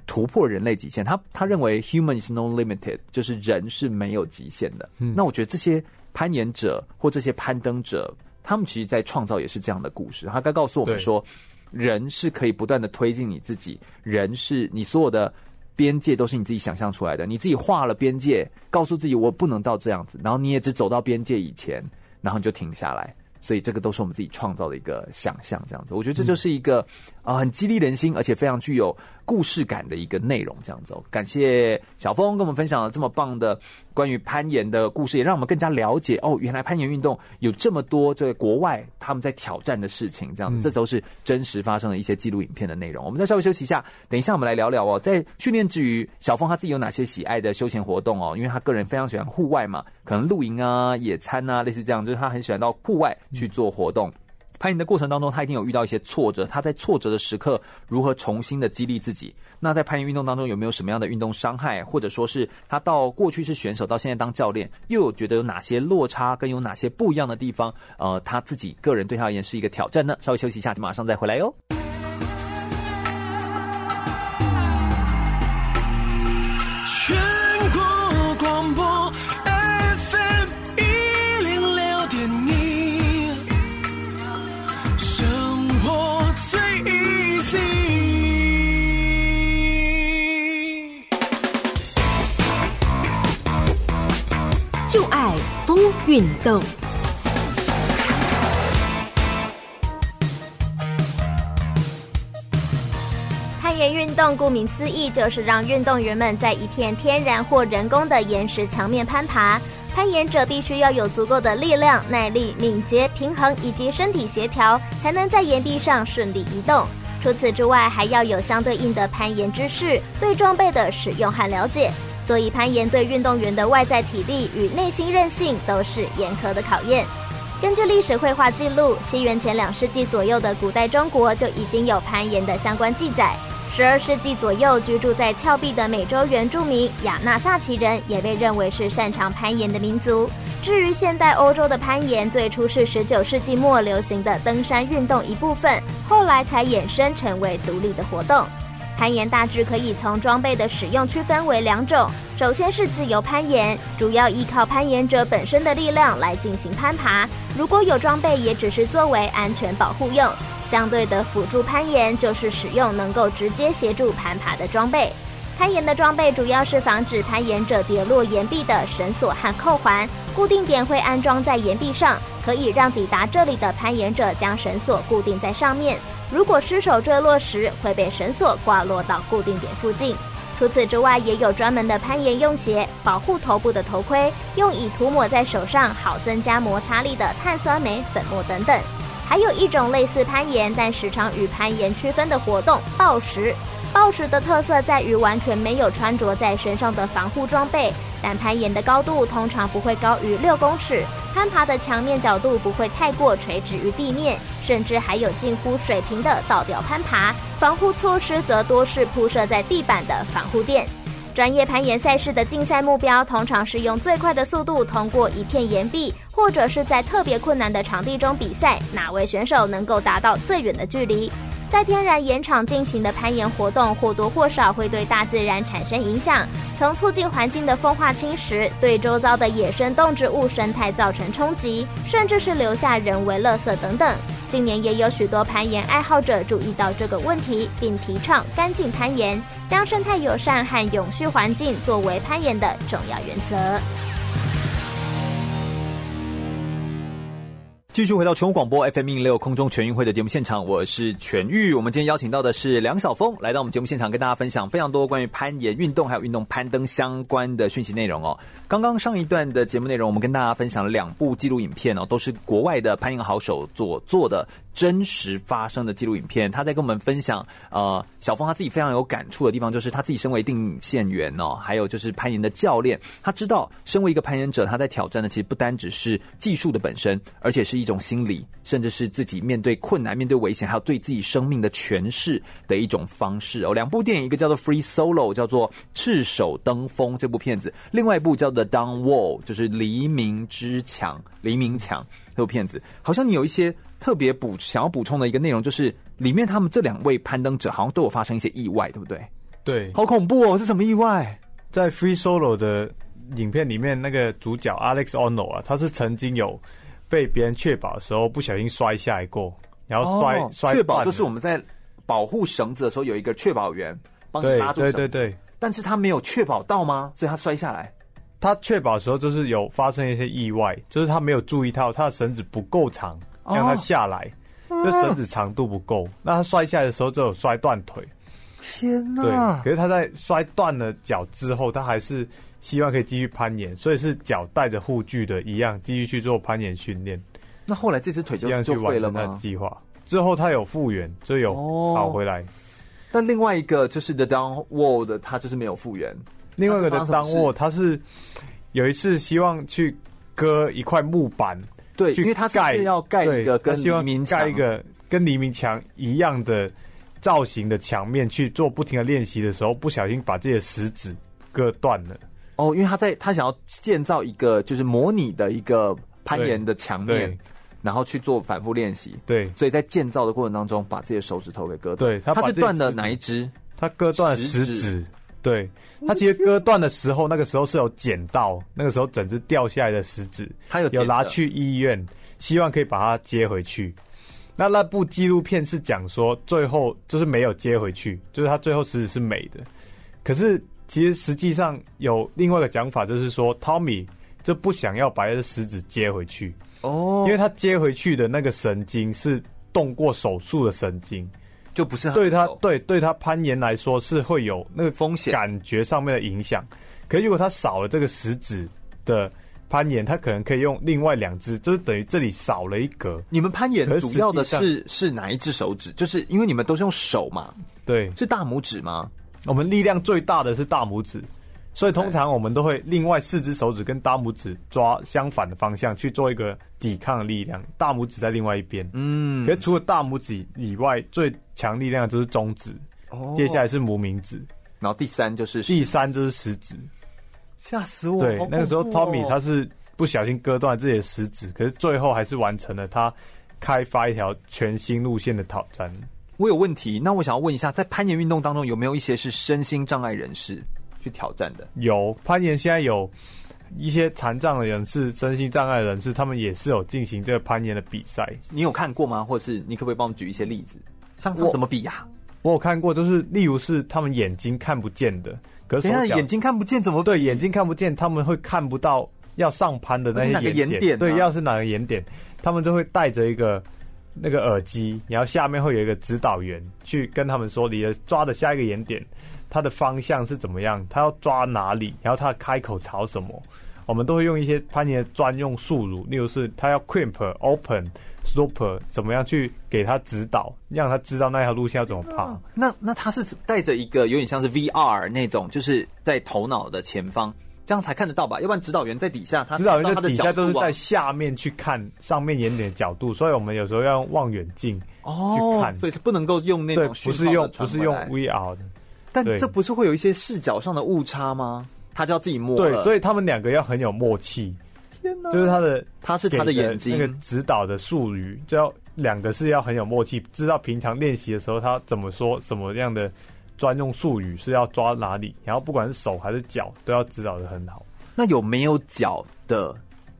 突破人类极限，他他认为 human is no limited，就是人是没有极限的。那我觉得这些攀岩者或这些攀登者，他们其实在创造也是这样的故事。他该告诉我们
对
说，人是可以不断的推进你自己，人是你所有的边界都是你自己想象出来的，你自己画了边界，告诉自己我不能到这样子，然后你也只走到边界以前，然后你就停下来。所以这个都是我们自己创造的一个想象，这样子，我觉得这就是一个啊、呃很激励人心，而且非常具有故事感的一个内容，这样子、哦。感谢小峰跟我们分享了这么棒的关于攀岩的故事，也让我们更加了解哦，原来攀岩运动有这么多这个国外他们在挑战的事情，这样子，这都是真实发生的一些记录影片的内容。我们再稍微休息一下，等一下我们来聊聊哦，在训练之余，小峰他自己有哪些喜爱的休闲活动哦？因为他个人非常喜欢户外嘛，可能露营啊、野餐啊，类似这样，就是他很喜欢到户外去做活动。攀岩的过程当中，他一定有遇到一些挫折，他在挫折的时刻如何重新的激励自己？那在攀岩运动当中，有没有什么样的运动伤害，或者说是他到过去是选手，到现在当教练，又有觉得有哪些落差，跟有哪些不一样的地方？呃，他自己个人对他而言是一个挑战呢？稍微休息一下，马上再回来哟。
全国广播 FM 一零六点一，生活最 easy。
就爱风运动。
攀岩运动顾名思义，就是让运动员们在一片天然或人工的岩石墙面攀爬。攀岩者必须要有足够的力量、耐力、敏捷、平衡以及身体协调，才能在岩壁上顺利移动。除此之外，还要有相对应的攀岩知识、对装备的使用和了解。所以，攀岩对运动员的外在体力与内心韧性都是严苛的考验。根据历史绘画记录，西元前两世纪左右的古代中国就已经有攀岩的相关记载。十二世纪左右，居住在峭壁的美洲原住民亚纳萨奇人也被认为是擅长攀岩的民族。至于现代欧洲的攀岩，最初是十九世纪末流行的登山运动一部分，后来才衍生成为独立的活动。攀岩大致可以从装备的使用区分为两种，首先是自由攀岩，主要依靠攀岩者本身的力量来进行攀爬，如果有装备，也只是作为安全保护用。相对的辅助攀岩就是使用能够直接协助攀爬的装备。攀岩的装备主要是防止攀岩者跌落岩壁的绳索和扣环，固定点会安装在岩壁上，可以让抵达这里的攀岩者将绳索固定在上面。如果失手坠落时，会被绳索挂落到固定点附近。除此之外，也有专门的攀岩用鞋、保护头部的头盔，用以涂抹在手上，好增加摩擦力的碳酸镁粉末等等。还有一种类似攀岩，但时常与攀岩区分的活动——暴食。暴食的特色在于完全没有穿着在身上的防护装备，但攀岩的高度通常不会高于六公尺，攀爬的墙面角度不会太过垂直于地面，甚至还有近乎水平的倒吊攀爬。防护措施则多是铺设在地板的防护垫。专业攀岩赛事的竞赛目标通常是用最快的速度通过一片岩壁，或者是在特别困难的场地中比赛，哪位选手能够达到最远的距离。在天然岩场进行的攀岩活动，或多或少会对大自然产生影响，从促进环境的风化侵蚀，对周遭的野生动植物生态造成冲击，甚至是留下人为垃圾等等。近年也有许多攀岩爱好者注意到这个问题，并提倡干净攀岩，将生态友善和永续环境作为攀岩的重要原则。
继续回到全国广播 FM 一六空中全运会的节目现场，我是全玉。我们今天邀请到的是梁晓峰，来到我们节目现场，跟大家分享非常多关于攀岩运动还有运动攀登相关的讯息内容哦。刚刚上一段的节目内容，我们跟大家分享了两部纪录影片哦，都是国外的攀岩好手所做的真实发生的纪录影片。他在跟我们分享，呃，小峰他自己非常有感触的地方，就是他自己身为定线员哦，还有就是攀岩的教练，他知道身为一个攀岩者，他在挑战的其实不单只是技术的本身，而且是一种心理，甚至是自己面对困难、面对危险，还有对自己生命的诠释的一种方式哦。两部电影，一个叫做《Free Solo》，叫做《赤手登峰》这部片子，另外一部叫做《The Down Wall》，就是《黎明之墙》，黎明墙这部片子，好像你有一些特别补想要补充的一个内容，就是里面他们这两位攀登者好像都有发生一些意外，对不对？
对，
好恐怖哦，是什么意外？
在 Free Solo 的影片里面，那个主角 Alex Ono 啊，他是曾经有被别人确保的时候不小心摔下来过，然后摔、
哦
摔
确保
断
就是
了
我们在保护绳子的时候有一个确保员帮你
对
拉住绳
对
子
对对，
但是他没有确保到吗？所以他摔下来。
他确保的时候就是有发生一些意外，就是他没有注意到他的绳子不够长，
哦
让他下来，就绳子长度不够，那他摔下来的时候就有摔断腿。
天
对，可是他在摔断了脚之后，他还是希望可以继续攀岩，所以是脚带着护具的一样，继续去做攀岩训练，
那后来这只腿
一
就
样去
就废
完
了
成他的
吗？
计划。之后他有复原，所以有
哦
跑回来。
但另外一个就是 The Down World，它就是没有复原。
另外一个
那
的
是发生
当
什么
沃，他是有一次希望去割一块木板，
对，
去
因为它是不
盖
是要盖一个
对
跟
他希
黎
望
明
盖
墙
一个跟黎明墙一样的造型的墙面去做不停的练习的时候，不小心把自己的食指割断了。
哦，因为他在他想要建造一个就是模拟的一个攀岩的墙面
对，
然后去做反复练习。
对
所以在建造的过程当中，把自己的手指头给割断。
对他把
是
自己
断了
食指
哪一只？
他割断了食
食
指，对他其实割断的时候，那个时候是有捡到，那个时候整只掉下来的食指，
他有
(laughs) 有
捡的
拿去
(laughs)
医院，希望可以把它接回去。那那部纪录片是讲说，最后就是没有接回去，就是他最后食指是美的。可是其实实际上有另外一个讲法，就是说，Tommy 就不想要把他的食指接回去，
哦，
因为他接回去的那个神经是动过手术的神经，
就不是他
对他
啊手
对对他攀岩来说是会有那个
风险
感觉上面的影响。可是如果他少了这个食指的攀岩，他可能可以用另外两只，就是等于这里少了一格。
你们攀岩
可是
主要的
实
是是哪一只手指？就是因为你们都是用手嘛，
对，
是大拇指吗？
我们力量最大的是大拇指，所以通常我们都会另外四只手指跟大拇指抓相反的方向去做一个抵抗的力量，大拇指在另外一边。
嗯
可，是除了大拇指以外，最强力量的就是中指，接下来是无名指，
哦然后第三就是
第三就是食指。
吓死我！
对
好，
那个时候
恐怖哦
Tommy 他是不小心割断自己的食指，可是最后还是完成了他开发一条全新路线的挑战。
我有问题，那我想要问一下，在攀岩运动当中有没有一些是身心障碍人士去挑战的？
有攀岩，现在有一些残障的人士、身心障碍的人士，他们也是有进行这个攀岩的比赛。
你有看过吗？或者是你可不可以帮我们举一些例子？像他
我
怎么比呀、
我有看过，就是例如是他们眼睛看不见的，可是
等一下
手脚
眼睛看不见怎么
对眼睛看不见，他们会看不到要上攀的那
那是哪个
些
岩
点，
点啊
对，要是哪个眼点，他们就会带着一个那个耳机，然后下面会有一个指导员去跟他们说，你的抓的下一个眼点，它的方向是怎么样，它要抓哪里，然后它的开口朝什么。我们都会用一些攀岩的专用术语，例如是它要 crimp、open、slope，怎么样去给他指导，让他知道那条路线要怎么爬。
那那他是带着一个有点像是 VR 那种，就是在头脑的前方，这样才看得到吧？要不然指导员在底下，他
指导
看
员
不到
就
他
底
的角
下就是
度啊
在下面去看上面眼点的角度，所以我们有时候要用望远镜，去
哦，
看
所以他不能够用那
对，
种
不
讯
是
号
用
的
不
传
是
回
用
来
VR 的，
但
对
这不是会有一些视角上的误差吗？他就要自己摸
对，所
以
以他们两个要很有默契，就是他的
他是他的
给
眼睛
那个指导的术语，就要两个是要很有默契，知道平常练习的时候他怎么说什么样的专用术语是要抓哪里，然后不管是手还是脚都要指导的很好。
那有没有脚的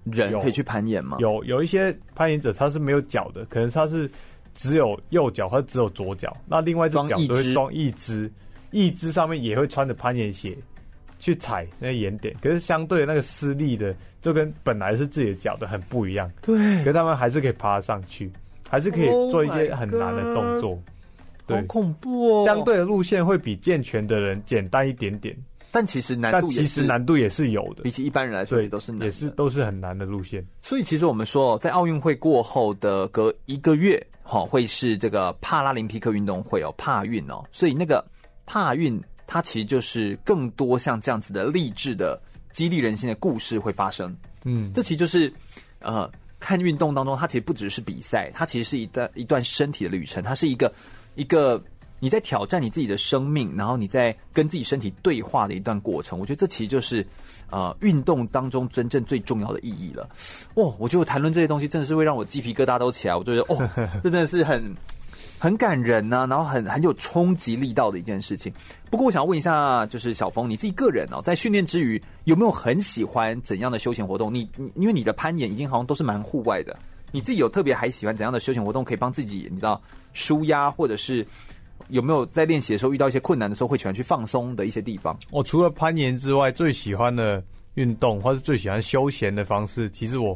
人
有
可以去攀岩吗？
有有一些攀岩者他是没有脚的，可能他是只有右脚或者只有左脚，那另外一只
装
脚
一
都
只
会装一只，一只上面也会穿着攀岩鞋去踩那个岩点，可是相对的那个施力的就跟本来是自己的脚的很不一样，
对
可，是他们还是可以爬上去，还是可以
Oh
做一些
my
很难的动作。
好
对，
恐怖哦。
相，对的路线会比健全的人简单一点点，
但其实难
但
度也
其实
是，
难度也是有的
比。起一般人来说
对，
也都是难的，
也是都是很难的路线。
所以其实我们说，在奥运会过后的隔一个月，哈、会是这个帕拉林匹克运动会哦，帕运哦，所以那个帕运它其实就是更多像这样子的励志的、激励人心的故事会发生。
嗯，
这其实就是，呃，看运动当中，它其实不只是比赛，它其实是一段一段身体的旅程，它是一个一个你在挑战你自己的生命，然后你在跟自己身体对话的一段过程。我觉得这其实就是，呃，运动当中真正最重要的意义了。哦，我觉得我谈论这些东西真的是会让我鸡皮疙瘩都起来，我就觉得 (laughs) 哦，这真的是很。很感人呐、然后很很有冲击力道的一件事情。不过我想要问一下，就是小峰你自己个人哦，在训练之余有没有很喜欢怎样的休闲活动？你你因为你的攀岩已经好像都是蛮户外的，你自己有特别还喜欢怎样的休闲活动可以帮自己你知道舒压，或者是有没有在练习的时候遇到一些困难的时候，会喜欢去放松的一些地方？
我哦除了攀岩之外，最喜欢的运动或是最喜欢休闲的方式，其实我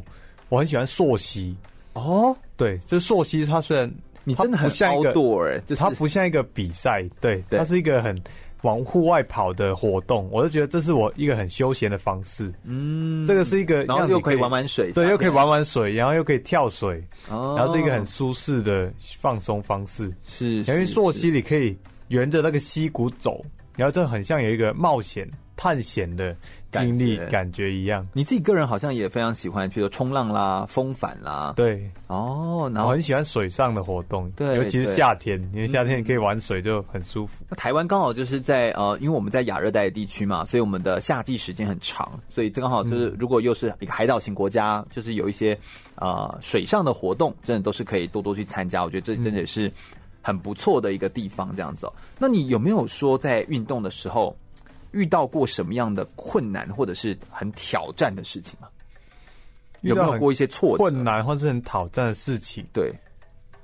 我很喜欢溯溪。
哦，
对，就是溯溪，它虽然
你真的
它
很
不像一个
outdoor，哎、就是
它不像一个比赛，对，
对
它是一个很往户外跑的活动。我就觉得这是我一个很休闲的方式。
嗯
这个是一个
然后
让你
又可以玩玩水，
对，又可以玩
玩，
玩水，然后又可以跳水，
哦
然后是一个很舒适的放松方式。
是，
因
是
为溯
是
溪你可以沿着那个溪谷走，然后这很像有一个冒险探险的经历
感觉
感觉一样。
你自己个人好像也非常喜欢，比如说冲浪啦、风帆啦，
对，
哦，然
我
后
很喜欢水上的活动，
对
尤其
对嗯
是夏天，因为夏天你可以玩水就很舒服。
那台湾刚好就是在呃，因为我们在亚热带地区嘛，所以我们的夏季时间很长，所以这刚好就是如果又是一个海岛型国家，就是有一些呃水上的活动，真的都是可以多多去参加。我觉得这真的是很不错的一个地方，这样子、哦。那你有没有说在运动的时候遇到过什么样的困难或者是很挑战的事情啊？有没有过一啊些挫折？
困难或是很挑战的事情？
对，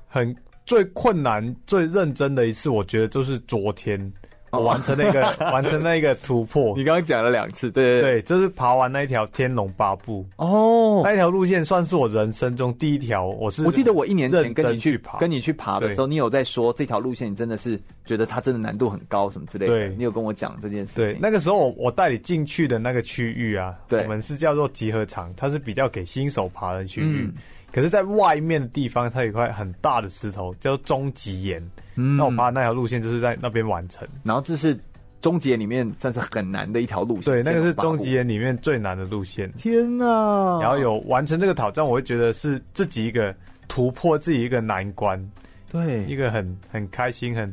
很最困难、最认真的一次，我觉得就是昨天。我完
(laughs)
成那个完成那个突破，
哦你刚刚讲了两次，对
对，就是爬完那一条天龙八部，
哦，
那一条路线算是我人生中第一条，我是
我记得我一年前
认
跟你
真
去
去爬，
跟你去爬的时候，你有在说这条路线，你真的是觉得它真的难度很高什么之类的。
对
你有跟我讲这件事情。
对，那个时候我我带你进去的那个区域啊，
对
我们是叫做集合场，它是比较给新手爬的区域。
嗯
可是，在外面的地方，它有一块很大的石头，叫做终极岩。
嗯
那我爬的那条路线就是在那边完成。
然后这是终结里面算是很难的一条路线。
对，那个
天龙
是
八部
终极。岩里面最难的路线。
天呐！
然后有完成这个挑战，我会觉得是自己一个突破自己一个难关，一
对，
个很很开心，很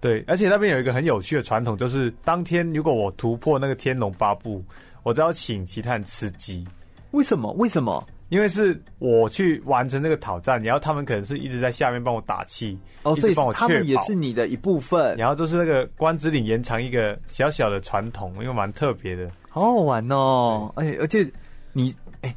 对。而且那边有一个很有趣的传统，就是当天如果我突破那个天龙八部，我都要请其他人吃鸡。
为什么？为什么？
因为是我去完成这个挑战，然后他们可能是一直在下面帮我打气，
哦，
一
所以
直帮我
他
确
们也
保
是。你的一部分，
然后就是那个关之岭延长一个小小的传统，因为蛮特别的。
好好玩哦！而且而且你哎，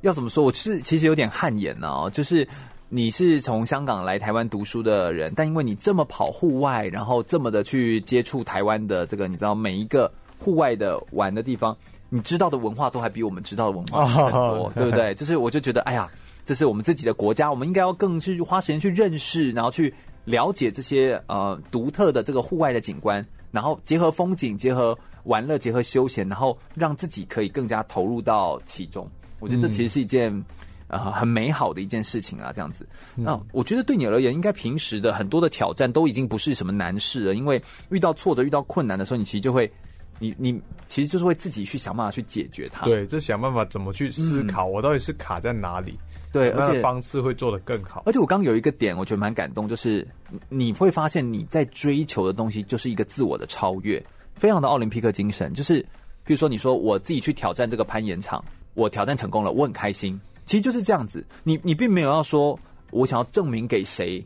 要怎么说？我是其实有点汗颜哦，就是。你是从香港来台湾读书的人，但因为你这么跑户外，然后这么的去接触台湾的这个，你知道每一个户外的玩的地方，你知道的文化都还比我们知道的文化很多，
哦
对不对？就是我就觉得，哎呀，这是我们自己的国家，我们应该要更去花时间去认识，然后去了解这些呃独特的这个户外的景观，然后结合风景，结合玩乐，结合休闲，然后让自己可以更加投入到其中。我觉得这其实是一件。呃，很美好的一件事情啊，这样子。那、我觉得对你而言，应该平时的很多的挑战都已经不是什么难事了，因为遇到挫折、遇到困难的时候，你其实就会，你你其实就是会自己去想办法去解决它。
对，就想办法怎么去思考，我到底是卡在哪里，
嗯对，
那
而且
个方式会做得更好。
而且我刚刚有一个点，我觉得蛮感动，就是你你会发现你在追求的东西就是一个自我的超越，非常的奥林匹克精神。就是比如说，你说我自己去挑战这个攀岩场，我挑战成功了，我很开心，其实就是这样子。你你并没有要说我想要证明给谁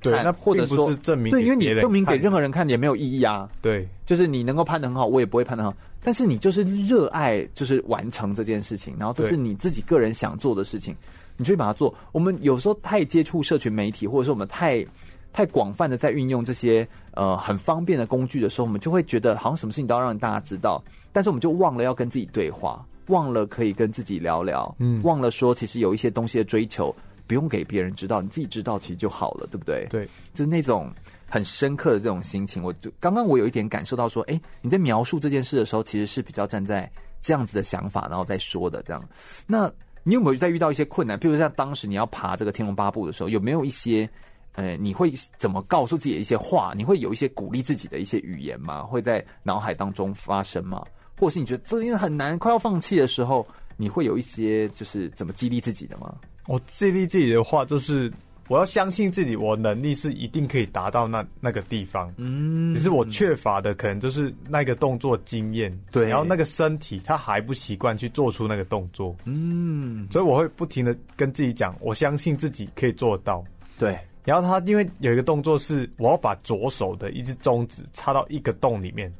看，
对，那
或者
并
说
不是证明
对，
给
因为你
别人
证明给
看
任何人看也没有意义啊。
对
就是你能够判得很好，我也不会判得很好，但是你就是热爱，就是完成这件事情，然后这
对
是你自己个人想做的事情，你就去把它做。我们有时候太接触社群媒体，或者说我们太太广泛的在运用这些呃很方便的工具的时候，我们就会觉得好像什么事情都要让大家知道，但是我们就忘了要跟自己对话，忘了可以跟自己聊聊，
嗯
忘了说其实有一些东西的追求不用给别人知道，你自己知道其实就好了，对不对？
对，
就是那种很深刻的这种心情。我就刚刚我有一点感受到说，哎，你在描述这件事的时候，其实是比较站在这样子的想法，然后再说的这样。那你有没有在遇到一些困难？譬如像当时你要爬这个《天龙八部》的时候，有没有一些？呃，你会怎么告诉自己的一些话？你会有一些鼓励自己的一些语言吗？会在脑海当中发生吗？或者是你觉得这边很难，快要放弃的时候，你会有一些就是怎么激励自己的吗？
我激励自己的话就是。我要相信自己，我能力是一定可以达到那那个地方。
嗯
只是我缺乏的可能就是那个动作经验，
对
然后那个身体他还不习惯去做出那个动作，
嗯，
所以我会不停的跟自己讲，我相信自己可以做到。
对，
然后他因为有一个动作是我要把左手的一只中指插到一个洞里面，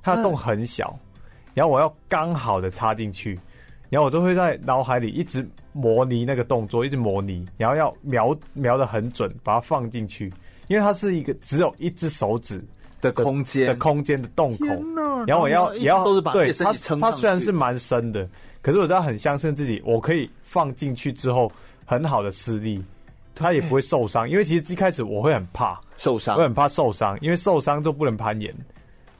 它的洞很小，然后我要刚好的插进去，然后我就会在脑海里一直模拟那个动作，一直模拟，然后要瞄瞄的很准，把它放进去，因为它是一个只有一只手指
的空间
的空间的洞口
天哪，
然后我要
然后一
也要
只手指把自己
对
的身
它
体撑上
它
去
虽然是蛮深的，可是我知道很相信自己，我可以放进去之后很好的施力，它也不
嗯
会受伤，因为其实一开始我会很怕，
受伤
我，很怕受伤，因为受伤就不能攀岩。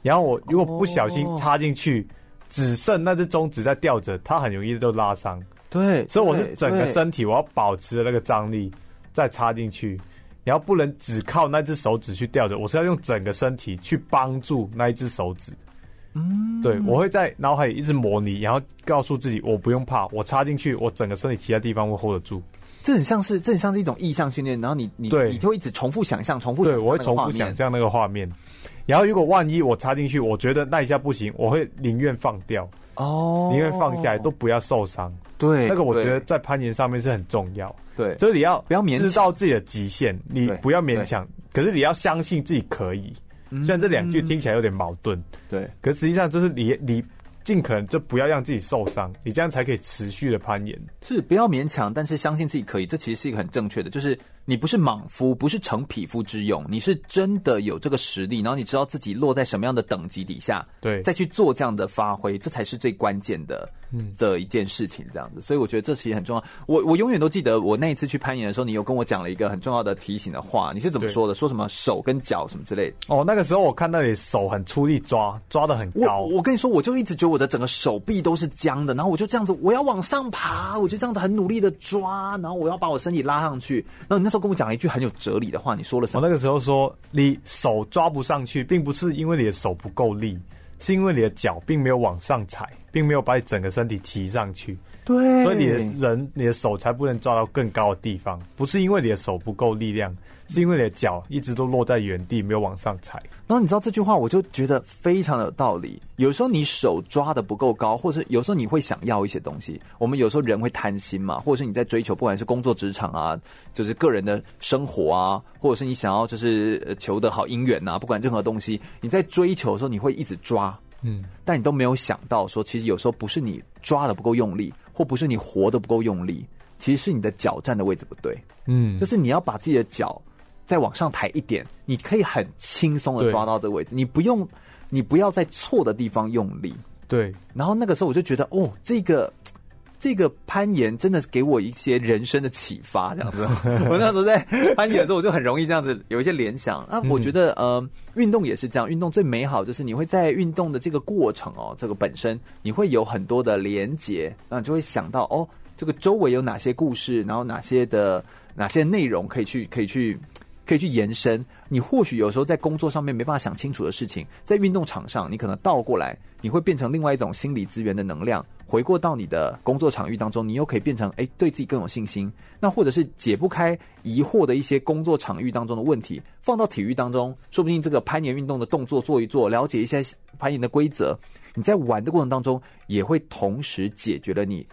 然后我如果不小心
哦
插进去，只剩那只中指在吊着，它很容易就拉伤。
对，
所以我
对
是整个
对
身体，我要保持那个张力再插进去，然后不能只靠那只手指去吊着，我是要用整个身体去帮助那一只手指。嗯，对，我会在脑海里一直模拟，然后告诉自己，我不用怕，我插进去，我整个身体其他地方会 hold 得住。
这很像是这很像是一种意向训练，然后你你
对
你就会一直重复想象，重复想
对，
象
我
那
会
个
重
画
复
面
想象那个画面。然后如果万一我插进去，我觉得那一下不行，我会宁愿放掉，
哦，
宁愿放下来，都不要受伤。
对
那个我觉得
对
在攀岩上面是很重要。
对，
所以你要
不要勉强
知道自己的极限，你
对
不要勉强，可是你要相信自己可以。
嗯
虽然这两句听起来有点矛盾，
对
可实际上就是你你尽可能就不要让自己受伤，你这样才可以持续的攀岩。
是不要勉强，但是相信自己可以，这其实是一个很正确的，就是你不是莽夫，不是逞匹夫之勇，你是真的有这个实力，然后你知道自己落在什么样的等级底下，
对
再去做这样的发挥，这才是最关键的
嗯
的一件事情，这样子，所以我觉得这其实很重要。我我永远都记得我那一次去攀岩的时候，你有跟我讲了一个很重要的提醒的话，你是怎么
对
说的？说什么手跟脚什么之类的。
哦，那个时候我看到你手很出力抓，抓的很高
我，我跟你说，我就一直觉得我的整个手臂都是僵的，然后我就这样子，我要往上爬，我就这样子很努力的抓，然后我要把我身体拉上去。然后你那时候跟我讲了一句很有哲理的话，你说了什
我
么？
哦那个时候说，你手抓不上去，并不是因为你的手不够力，是因为你的脚并没有往上踩，并没有把你整个身体提上去，
对
所以你的人、你的手才不能抓到更高的地方。不是因为你的手不够力量，是因为你的脚一直都落在原地，没有往上踩。
然后你知道这句话，我就觉得非常有道理。有时候你手抓的不够高，或者有时候你会想要一些东西。我们有时候人会贪心嘛，或者是你在追求，不管是工作职场啊，就是个人的生活啊，或者是你想要就是呃求得好姻缘呐、不管任何东西，你在追求的时候，你会一直抓，
嗯，
但你都没有想到说，其实有时候不是你抓的不够用力，或不是你活的不够用力，其实是你的脚站的位置不对。
嗯
就是你要把自己的脚再往上抬一点，你可以很轻松的
对
抓到这个位置，你不用，你不要在错的地方用力。
对，
然后那个时候我就觉得，哦，这个这个攀岩真的是给我一些人生的启发，这样子。我那时候在攀岩的时候，我就很容易这样子有一些联想啊。我觉得，呃，运动也是这样，运动最美好就是你会在运动的这个过程哦，这个本身你会有很多的连结，然后你就会想到哦，这个周围有哪些故事，然后哪些的哪些内容可以去可以去。可以去延伸。你或许有时候在工作上面没办法想清楚的事情，在运动场上，你可能倒过来，你会变成另外一种心理资源的能量，回过到你的工作场域当中，你又可以变成哎，对自己更有信心。那或者是解不开疑惑的一些工作场域当中的问题，放到体育当中，说不定这个攀岩运动的动作做一做，了解一下攀岩的规则，你在玩的过程当中，也会同时解决了你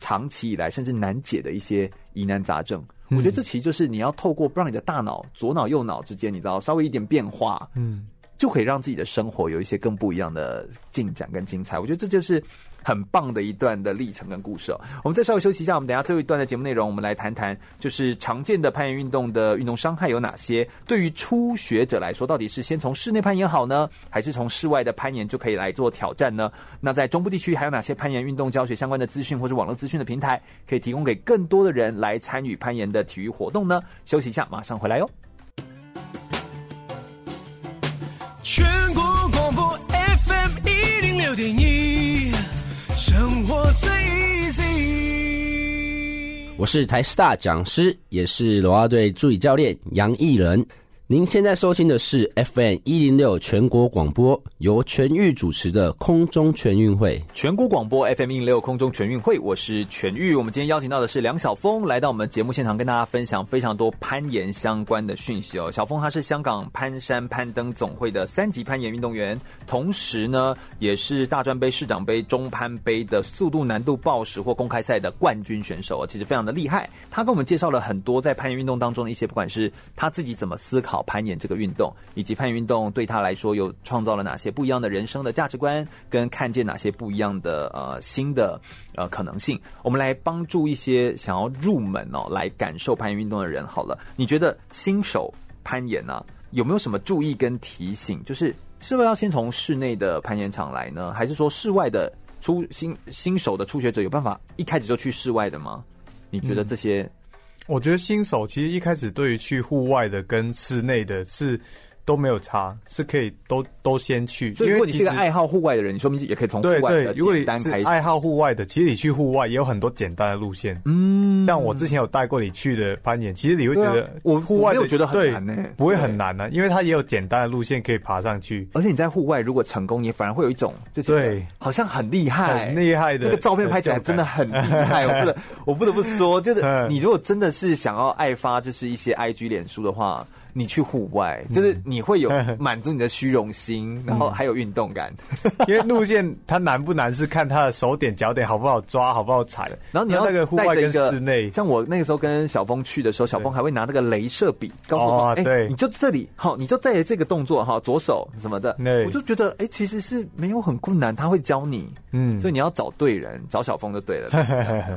长期以来甚至难解的一些疑难杂症。我觉得这其实就是你要透过让你的大脑左脑右脑之间，你知道稍微一点变化，
嗯，
就可以让自己的生活有一些更不一样的进展跟精彩。我觉得这就是很棒的一段的历程跟故事哦。我们再稍微休息一下，我们等一下最后一段的节目内容，我们来谈谈就是常见的攀岩运动的运动伤害有哪些？对于初学者来说，到底是先从室内攀岩好呢，还是从室外的攀岩就可以来做挑战呢？那在中部地区还有哪些攀岩运动教学相关的资讯或是网络资讯的平台，可以提供给更多的人来参与攀岩的体育活动呢？休息一下，马上回来哟、哦
全国广播 FM 一零六点一，生活最 easy。
我是台师大讲师，也是罗拉队助理教练杨艺人。您现在收听的是 FM 一零六全国广播，由全域主持的空中全运会。
全国广播 FM 一零六空中全运会，我是全玉。我们今天邀请到的是梁晓峰，来到我们节目现场，跟大家分享非常多攀岩相关的讯息哦。小峰他是香港攀山攀登总会的三级攀岩运动员，同时呢也是大专杯、市长杯、中攀杯的速度难度报时或公开赛的冠军选手哦，其实非常的厉害。他跟我们介绍了很多在攀岩运动当中的一些，不管是他自己怎么思考攀岩这个运动，以及攀岩运动对他来说有创造了哪些不一样的人生的价值观，跟看见哪些不一样的呃新的呃可能性。我们来帮助一些想要入门哦，来感受攀岩运动的人好了。你觉得新手攀岩啊，有没有什么注意跟提醒？就是是不是要先从室内的攀岩场来呢？还是说室外的初新新手的初学者有办法一开始就去室外的吗？你觉得这些、
我觉得新手其实一开始对于去户外的跟室内的是都没有差，是可以都都先去。
所以如果
因为
你是
其实
个爱好户外的人，你说不定也可以从户
对
外
对
的，
如果
简
你
单
是
开始。
爱好户外的，其实你去户外也有很多简单的路线。
嗯
像我之前有带过你去的攀岩，其实你会觉
对
得、
啊我
户外
我没
的
有觉得很
对
难欸
不会很难呢、因为它也有简单的路线可以爬上去。
而且你在户外如果成功，你反而会有一种就觉得
对
好像很厉害、
很厉害的
那个照片拍起来真的很厉害。我不得我不得不说， (laughs) 就是
嗯
你如果真的是想要爱发，就是一些 IG 脸书的话，你去户外，就是你会 (laughs) 有满足你的虚荣心，然后还有运动感。 (laughs)
因为路线它难不难是看它的手点脚点好不好抓，好不好踩。
然后你要
那那个户
带
外
着
跟
一个
室内，
像我那个时候跟小峰去的时候，小峰还会拿那个镭射笔告诉我，
哦
哎、
对
你就这里好，你就在这个动作哈，左手什么的，
对
我就觉得哎、其实是没有很困难，他会教你，
嗯
所以你要找对人，找小峰就对了。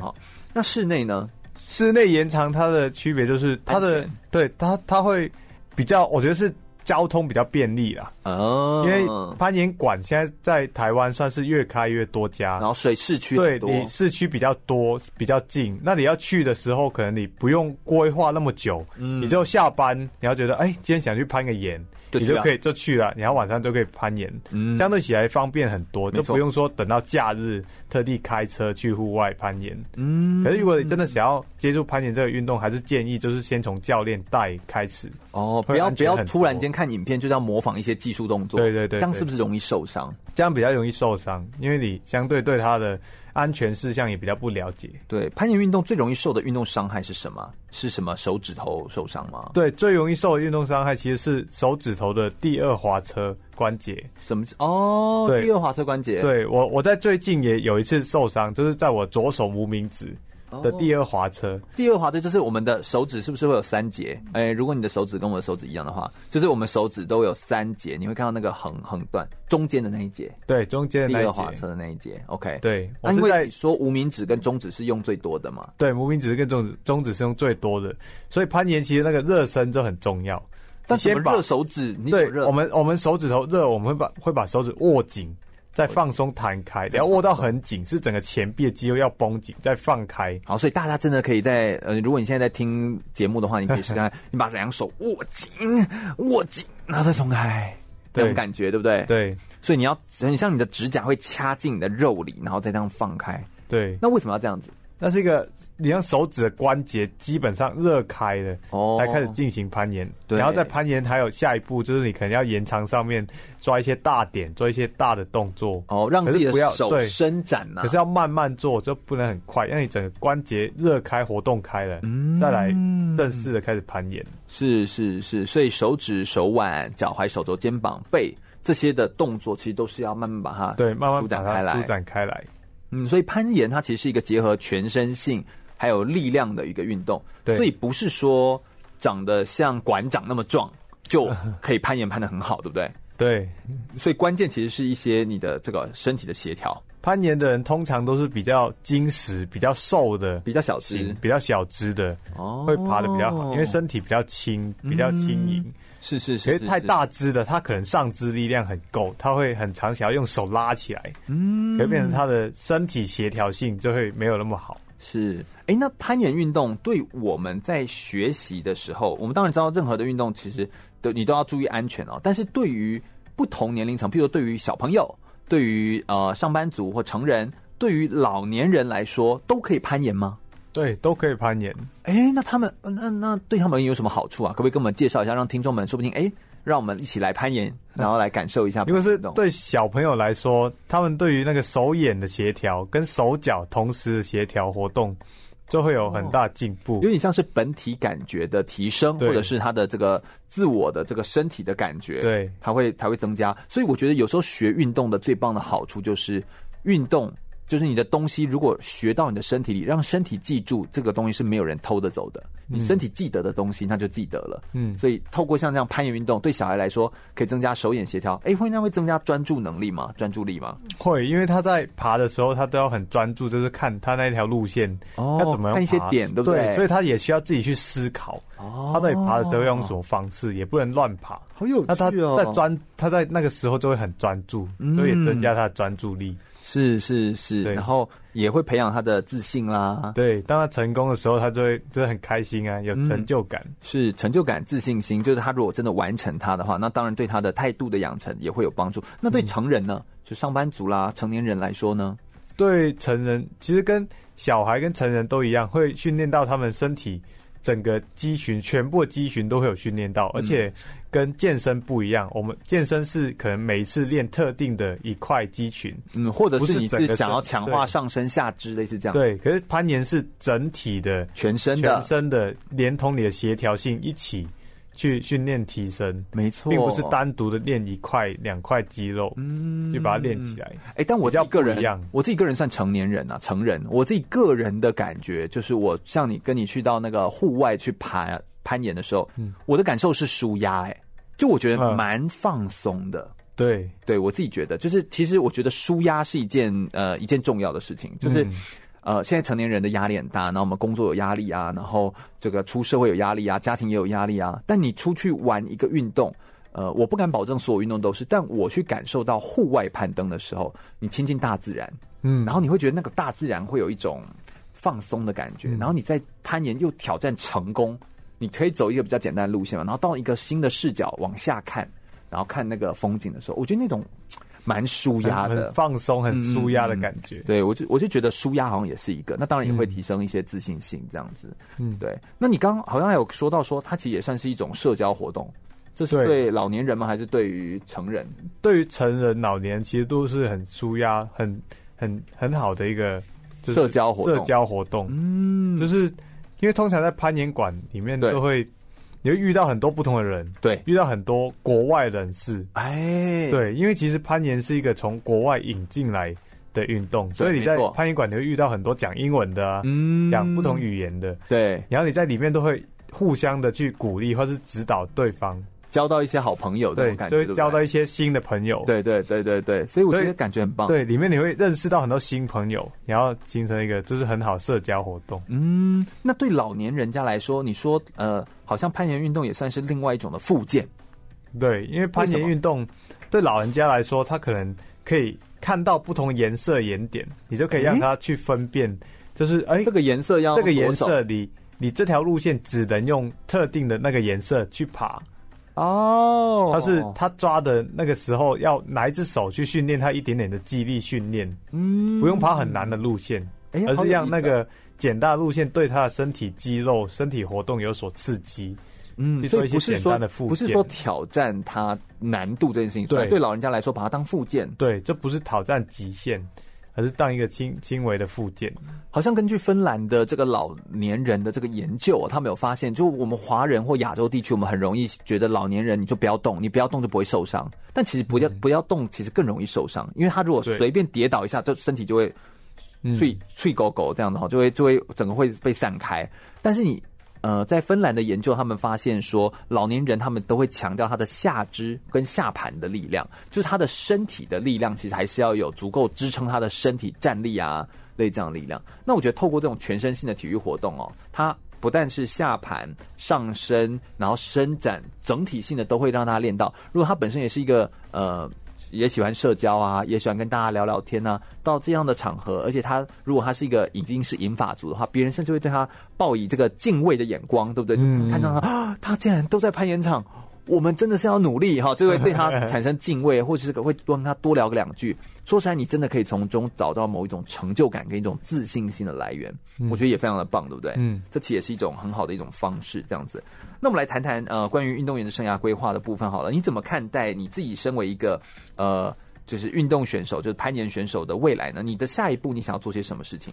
好，那室内呢？
(laughs) 室内延长它的区别就是它
安
的
全
对它它会比较，我觉得是交通比较便利啦。
哦，
因为攀岩馆现在在台湾算是越开越多家
然，后水市区
对
很多，
你市区比较多，比较近。那你要去的时候，可能你不用规划那么久，
嗯
你就下班，你要觉得哎、今天想去攀个岩，
就
你
去
就
啊
可以就去了，然后晚上就可以攀岩，
嗯
相对起来方便很多，
没错
就不用说等到假日特地开车去户外攀岩。
嗯
可是如果你真的想要接触攀岩这个运动，还是建议就是先从教练带开始。
哦，不
会
要
安
不
全
要
很
突然
多
间看影片就要模仿一些技术动作，
对对对对
这样是不是容易受伤？
这样比较容易受伤，因为你相对对它的安全事项也比较不了解。
对，攀岩运动最容易受的运动伤害是什么？是什么手指头受伤吗？
对，最容易受的运动伤害其实是手指头的第二滑车关节。
什么？哦，
对
第二滑车关节，，
对我，我在最近也有一次受伤，就是在我左手无名指
哦
的第二滑车。
第二滑车就是我们的手指是不是会有三节？哎，如果你的手指跟我的手指一样的话，就是我们手指都有三节，你会看到那个横横段中间的那一节，
对，中间的
第
那
二
一
滑
节
车。的那一节。OK，。
对，
那、
我是
因为
在
你说无名指跟中指是用最多的嘛？
对无名指跟中指中指是用最多的，所以攀岩其实那个热身就很重要。
但
你
什
先
么
把
热手指？你怎么
对，
热
我们我们手指头热，我们会把会把手指握紧，再放松弹开，然后握到很紧，是整个前臂的肌肉要绷紧，再放开。
好，所以大家真的可以在呃，如果你现在在听节目的话，你可以试看，看，你把两手握紧，握紧，然后再松开，那种
对
感觉，对不对？。
对
所以你要很像你的指甲会掐进你的肉里，然后再这样放开。
对，
那为什么要这样子？
那是一个你让手指的关节基本上热开了，
哦
才开始进行攀岩。
对
然后在攀岩还有下一步就是你可能要延长上面抓一些大点，做一些大的动作。
哦，让
可是
自己
不
的
要
手
对
伸展啊呐、
可是要慢慢做，就不能很快，让你整个关节热开、活动开了，
嗯
再来正式的开始攀岩。
是是是，所以手指、手腕、脚踝、手肘、肩膀、背这些的动作，其实都是要慢慢把它
对，慢慢
嗯舒
把
展开
它
来。
舒展开来。
嗯，所以攀岩它其实是一个结合全身性还有力量的一个运动，
对
所以不是说长得像馆长那么壮就可以攀岩攀得很好，对不
(laughs)
对？
对，
所以关键其实是一些你的这个身体的协调，
攀岩的人通常都是比较精实、比较瘦的
比较小
型
只，
比较小只的，
哦
会爬的比较好，因为身体比较轻、比较轻盈。
是是
其
是
实
是
太
是
大只的，他可能上肢力量很够，他会很常想要用手拉起来，嗯，可是变成他的身体协调性就会没有那么好。
是，哎，那攀岩运动对我们在学习的时候，我们当然知道任何的运动其实都你都要注意安全哦。但是对于不同年龄层，譬如说对于小朋友、对于呃上班族或成人、对于老年人来说，都可以攀岩吗？
对，都可以攀岩。
哎，那他们呃那那对他们有什么好处啊？可不可以跟我们介绍一下，让听众们说不定哎，让我们一起来攀岩，然后来感受一下
如
攀
果
岩
是
运动。
对小朋友来说，他们对于那个手眼的协调跟手脚同时的协调活动，就会有
哦
很大进步。
有点像是本体感觉的提升，
对
或者是他的这个自我的这个身体的感觉，
对
它会它会增加。所以我觉得有时候学运动的最棒的好处就是，运动就是你的东西如果学到你的身体里，让身体记住这个东西是没有人偷得走的，你身体记得的东西那就记得了。
嗯
所以透过像这样攀岩运动，对小孩来说可以增加手眼协调，哎，会那会增加专注能力吗？专注力吗？
会，因为他在爬的时候，他都要很专注，就是看他那条路线，
哦
他怎么样
看一些
爬
点对不对哦
所以他也需要自己去思考，他在爬的时候要用什么方式，也不能乱爬。
好有
那他
趣哦！
在专，他在那个时候就会很专注，
嗯
所以也增加他的专注力。
是是是，
对
然后也会培养他的自信啦，
对，当他成功的时候，他就会就会很开心啊，有成就感。
是成就感、自信心。就是他如果真的完成它的话，那当然对他的态度的养成也会有帮助。那
嗯
对成人呢，就上班族啦、成年人来说呢，
对成人，其实跟小孩跟成人都一样，会训练到他们身体整个肌群，全部的肌群都会有训练到，
嗯
而且跟健身不一样。我们健身是可能每一次练特定的一块肌群，
嗯，或者
不
是
是
你
整
是
个
想
身
要强化
对
上身下肢，类似这样，，
对。可是攀岩是整体的、
全身嗯的，
全身的，连同你的协调性一起去训练提升，
没错，
并不是单独的练一块、两块肌肉，
嗯
去把它练起。来。
哎、但我自己个
比较不一
人
样，
我自己个人算成年人啊，成人。我自己个人的感觉就是，我像你跟你去到那个户外去攀攀岩的时候，
嗯
我的感受是舒压，哎，就我觉得
嗯
蛮放松的。
对，
对我自己觉得，就是其实我觉得舒压是一件呃一件重要的事情，就是、
嗯
呃现在成年人的压力很大，然后我们工作有压力啊，然后这个出社会有压力啊，家庭也有压力啊。但你出去玩一个运动，呃，我不敢保证所有运动都是，但我去感受到户外攀登的时候，你亲近大自然，
嗯
然后你会觉得那个大自然会有一种放松的感觉，
嗯
然后你在攀岩又挑战成功，你可以走一个比较简单的路线嘛，然后到一个新的视角往下看，然后看那个风景的时候，我觉得那种嘖蛮舒压
很
的嗯
很。放松、很舒压的感觉。
对，我就我就觉得舒压好像也是一个，那当然也会
嗯
提升一些自信心这样子。
嗯，
对，那你刚刚好像还有说到说，它其实也算是一种社交活动，这是
对
对老年人吗？还是对于成人？
对于成人、老年其实都是很舒压、很很很好的一个就是
社交活动
社交活动，
嗯
就是因为通常在攀岩馆里面
对
都会，你会遇到很多不同的人，
对，
遇到很多国外人士。
哎，
对，因为其实攀岩是一个从国外引进来的运动，所以你
没
在
错
攀岩馆你会遇到很多讲英文的啊，
嗯
讲不同语言的，
对，
然后你在里面都会互相的去鼓励或是指导对方，
交到一些好朋友这
对
种，感
就
觉，
会
对不
交
对
到一些新的朋友，
对对对对对，所以我觉
所
得
以
感觉很棒。，
对，里面你会认识到很多新朋友，然后形成一个就是很好社交活动。
嗯，那对老年人家来说，你说呃，好像攀岩运动也算是另外一种的附件。
对，因为攀
为什
岩
么
运动对老人家来说，他可能可以看到不同颜色岩点，你就可以让
诶
他去分辨，就是哎、
这个颜色要
这个颜
左手
色你你这条路线只能用特定的那个颜色去爬，
哦，
他是他抓的那个时候要拿一只手去训练他一点点的肌力训练，
嗯
不用爬很难的路线，
哎
而
好
是
有
让
意
那
思啊
个简单的路线对他的身体肌肉、身体活动有所刺激。
嗯，
去
所
做
以
一
不
些
是
简
说
单的附
不是
件
说挑战它难度这件事情，
对
反而对老人家来说，把它当附件，
对，这不是挑战极限，而是当一个轻轻微的附件。
好像根据芬兰的这个老年人的这个研究、啊，他们有发现，就我们华人或亚洲地区，我们很容易觉得老年人你就不要动，你不要动就不会受伤。但其实不要、不要动，其实更容易受伤，因为他如果
对
随便跌倒一下，就身体就会
嗯
脆脆狗狗这样的哈，就会就会整个会被散开。但是你呃，在芬兰的研究，他们发现说，老年人他们都会强调他的下肢跟下盘的力量，就是他的身体的力量，其实还是要有足够支撑他的身体站立啊，类这样的力量。那我觉得透过这种全身性的体育活动哦，它不但是下盘、上身，然后伸展，整体性的都会让他练到。如果他本身也是一个呃。也喜欢社交啊，也喜欢跟大家聊聊天啊。到这样的场合，而且他如果他是一个已经是银发族的话，别人甚至会对他抱以这个敬畏的眼光，对不对？
嗯
就看到他、啊，他竟然都在攀岩场，我们真的是要努力哈，就会对他产生敬畏，或者是会跟他多聊个两句。说实在，你真的可以从中找到某一种成就感跟一种自信心的来源，我觉得也非常的棒，对不对？
嗯，
这其实也是一种很好的一种方式，这样子。那我们来谈谈呃关于运动员的生涯规划的部分好了，你怎么看待你自己身为一个呃就是运动选手，就是攀岩选手的未来呢？你的下一步你想要做些什么事情？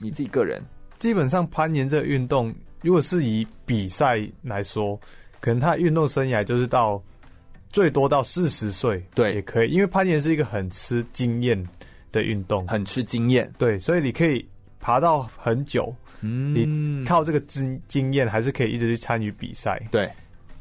你自己个人，
基本上攀岩这个运动，如果是以比赛来说，可能他的运动生涯就是到最多到四十岁，
对
也可以，因为攀岩是一个很吃经验的运动，
很吃经验，
对，所以你可以爬到很久，
嗯，
靠这个经经验还是可以一直去参与比赛，
对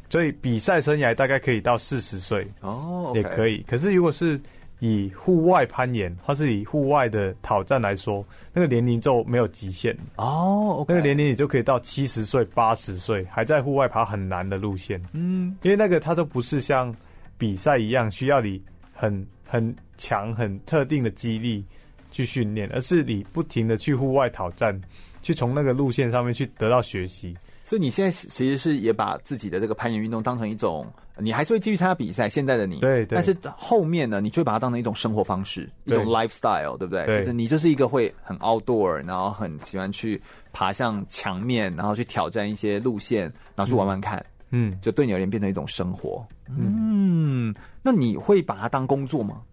所以比赛生涯大概可以到四十岁
哦
也可
以，
以。可是如果是以户外攀岩，它是以户外的挑战来说，那个年龄就没有极限，
哦，OK，
那个年龄你就可以到七十岁、八十岁，还在户外爬很难的路线。
嗯
因为那个它都不是像比赛一样需要你很很强、很特定的激励去训练，而是你不停的去户外挑战，去从那个路线上面去得到学习。
所以你现在其实是也把自己的这个攀岩运动当成一种，你还是会继续参加比赛。现在的你，
对对
但是后面呢，你就会把它当成一种生活方式，一
对
种 lifestyle，对不对？
对
就是你就是一个会很 outdoor，然后很喜欢去爬向墙面，然后去挑战一些路线，然后去玩玩看，
嗯，
就对你而言变成一种生活。嗯，那你会把它当工作吗？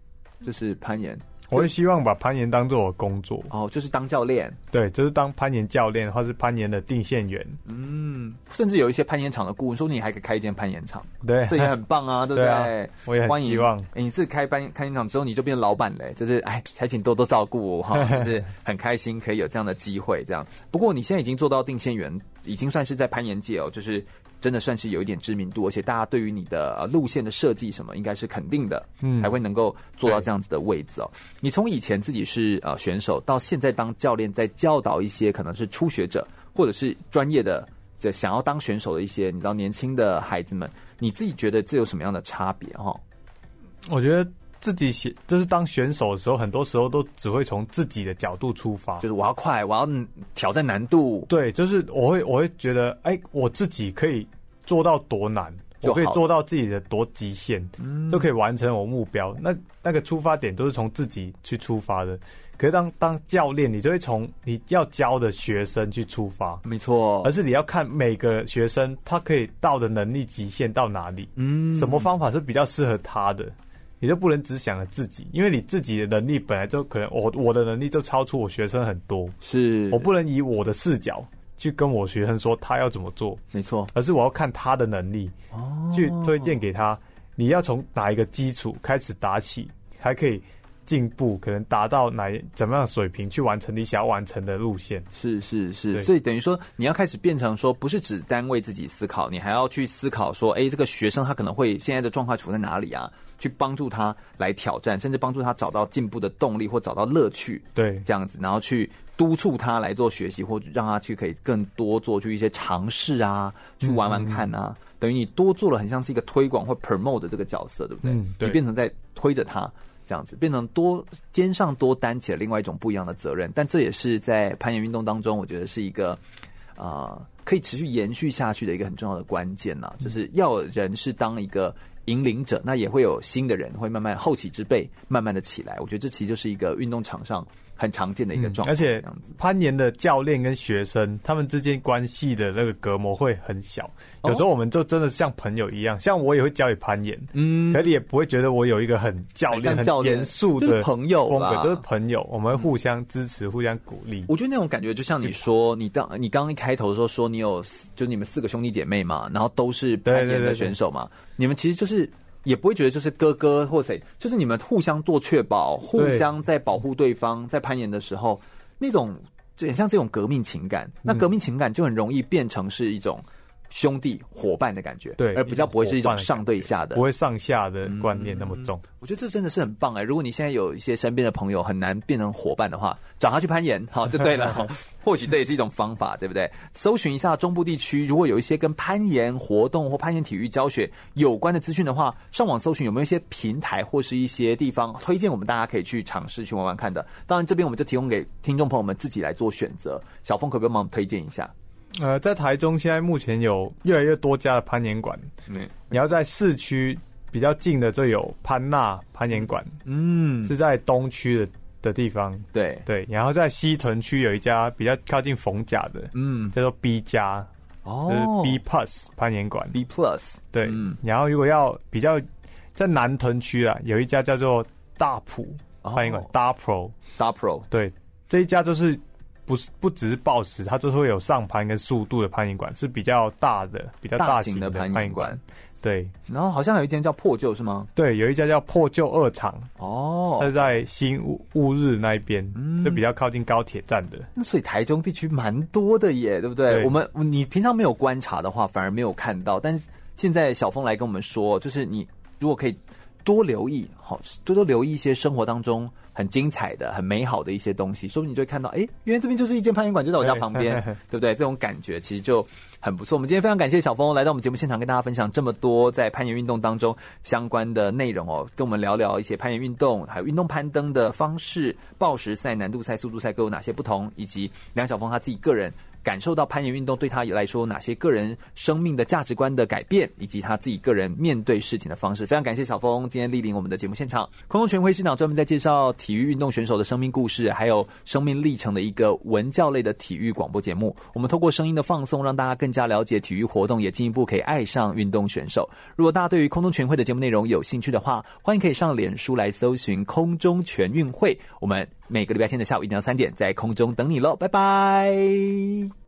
就是攀岩，
我会希望把攀岩当做我工作，
哦，就是当教练，
对，就是当攀岩教练或是攀岩的定线员，
嗯，甚至有一些攀岩场的顾问说你还可以开一间攀岩 (laughs) 场，
(laughs) 对，
这也很棒啊，对不
对啊
对？
我也很
欢迎
希望，
哎，你自己开班开演场之后，你就变老板嘞、就是哎，还请多多照顾我哈，就是很开心可以有这样的机会这样。不过你现在已经做到定线员，已经算是在攀岩界哦，就是真的算是有一点知名度，而且大家对于你的、呃路线的设计什么，应该是肯定的，
嗯
才会能够做到这样子的位置哦。你从以前自己是呃选手，到现在当教练，在教导一些可能是初学者或者是专业的。这想要当选手的一些，你知道年轻的孩子们，你自己觉得这有什么样的差别哈、哦？
我觉得自己选就是当选手的时候，很多时候都只会从自己的角度出发
就。是我要快，我要嗯挑战难度，
对，就是我会我会觉得，哎、我自己可以做到多难，
就
我可以
好
做嗯到自己的多极限，
嗯
就可以完成我目标。那那个出发点都是从自己去出发的。可是当当教练，你就会从你要教的学生去出发，
没错
而，是你要看每个学生他可以到的能力极限到哪里。
嗯
什么方法是比较适合他的，你就不能只想着自己，因为你自己的能力本来就可能我我的能力就超出我学生很多，
是
我不能以我的视角去跟我学生说他要怎么做，
没错
而是我要看他的能力
哦
去推荐给他，你要从哪一个基础开始打起，还可以进步，可能达到哪一怎么样的水平去完成你想要完成的路线。
是是是，
对
所以等于说你要开始变成说，不是只单为自己思考，你还要去思考说，哎，这个学生他可能会现在的状况处在哪里啊？去帮助他来挑战，甚至帮助他找到进步的动力或找到乐趣，
对
这样子，然后去督促他来做学习，或者让他去可以更多做出一些尝试啊，去玩玩看
嗯
啊，等于你多做了很像是一个推广或 promote 的这个角色，对不对？
嗯对
你变成在推着他这样子，变成多肩上多担起了另外一种不一样的责任，但这也是在攀岩运动当中，我觉得是一个啊、可以持续延续下去的一个很重要的关键
嗯
呐、就是要有人是当一个引领者，那也会有新的人会慢慢后起之辈慢慢的起来。我觉得这其实就是一个运动场上很常见的一个状况、
嗯而且
这样子
攀岩的教练跟学生他们之间关系的那个隔膜会很小，
哦
有时候我们就真的像朋友一样，像我也会教你攀岩，
嗯
可，是你也不会觉得我有一个很教练、
很像教
很
练
严肃
就是
的
朋友
风
啦嗯
格，就是朋友，我们会互相支持、互相鼓励。
我觉得那种感觉就像你说，你当你刚刚一开头的时候说你有四，就你们四个兄弟姐妹嘛，然后都是攀
对
岩
对
的
对
选手嘛，你们其实就是也不会觉得就是哥哥或谁，就是你们互相做确保，互
对
相在保护对方，在攀岩的时候那种就很像这种革命情感，那
嗯
革命情感就很容易变成是一种兄弟伙伴的感觉，
对
而比较不会是一
一种
种
伙伴的感觉
上对下的
不。会上下的观念那么重，
我觉得这真的是很棒哎、如果你现在有一些身边的朋友很难变成伙伴的话，找他去攀岩，好就对了。 (laughs) 好或许这也是一种方法，对不对？搜寻一下中部地区，如果有一些跟攀岩活动或攀岩体育教学有关的资讯的话，上网搜寻有没有一些平台或是一些地方推荐我们大家可以去尝试去玩玩看的。当然，这边我们就提供给听众朋友们自己来做选择。小峰可不可以帮我们推荐一下？嗯
呃，在台中现在目前有越来越多家的攀岩馆，
嗯
你要在市区比较近的就有潘纳攀岩馆，
嗯，
是在东区的的地方，
对，
对，然后在西屯区有一家比较靠近逢甲的，
嗯，
叫做 B 加，就是
哦
B Plus 攀岩馆。
B Plus，
对，
嗯
然后如果要比较在南屯区啊，有一家叫做大埔攀岩馆、
哦
大 Pro，
Star Pro，
对，这一家就是不是不只是暴食，它就是会有上盘跟速度的攀岩馆，是比较大的、比较
大
型
型的
攀
攀岩馆。。
对
然后好像有一间叫破旧是吗？
对，有一家叫破旧二厂，它
哦
是，在新乌乌日那一边，
嗯
就比较靠近高铁站的。
那所以台中地区蛮多的耶，对不对？
对
我们你平常没有观察的话，反而没有看到，但是现在小峰来跟我们说，就是你如果可以多留意，好，多多留意一些生活当中很精彩的、很美好的一些东西，说不定你就会看到，哎、原来这边就是一间攀岩馆，就在我家旁边，对不对？这种感觉其实就很不错。我们今天非常感谢小峰来到我们节目现场，跟大家分享这么多在攀岩运动当中相关的内容哦，跟我们聊聊一些攀岩运动，还有运动攀登的方式、报时赛、难度赛、速度赛各有哪些不同，以及梁小峰他自己个人感受到攀岩运动对他来说哪些个人生命的价值观的改变，以及他自己个人面对事情的方式。非常感谢小峰今天莅临我们的节目现场。空中全会市长专门在介绍体育运动选手的生命故事，还有生命历程的一个文教类的体育广播节目。我们透过声音的放送，让大家更加了解体育活动，也进一步可以爱上运动选手。如果大家对于空中全会的节目内容有兴趣的话，欢迎可以上脸书来搜寻“空中全运会”。我们每个礼拜天的下午一点到三点在空中等你喽，拜拜。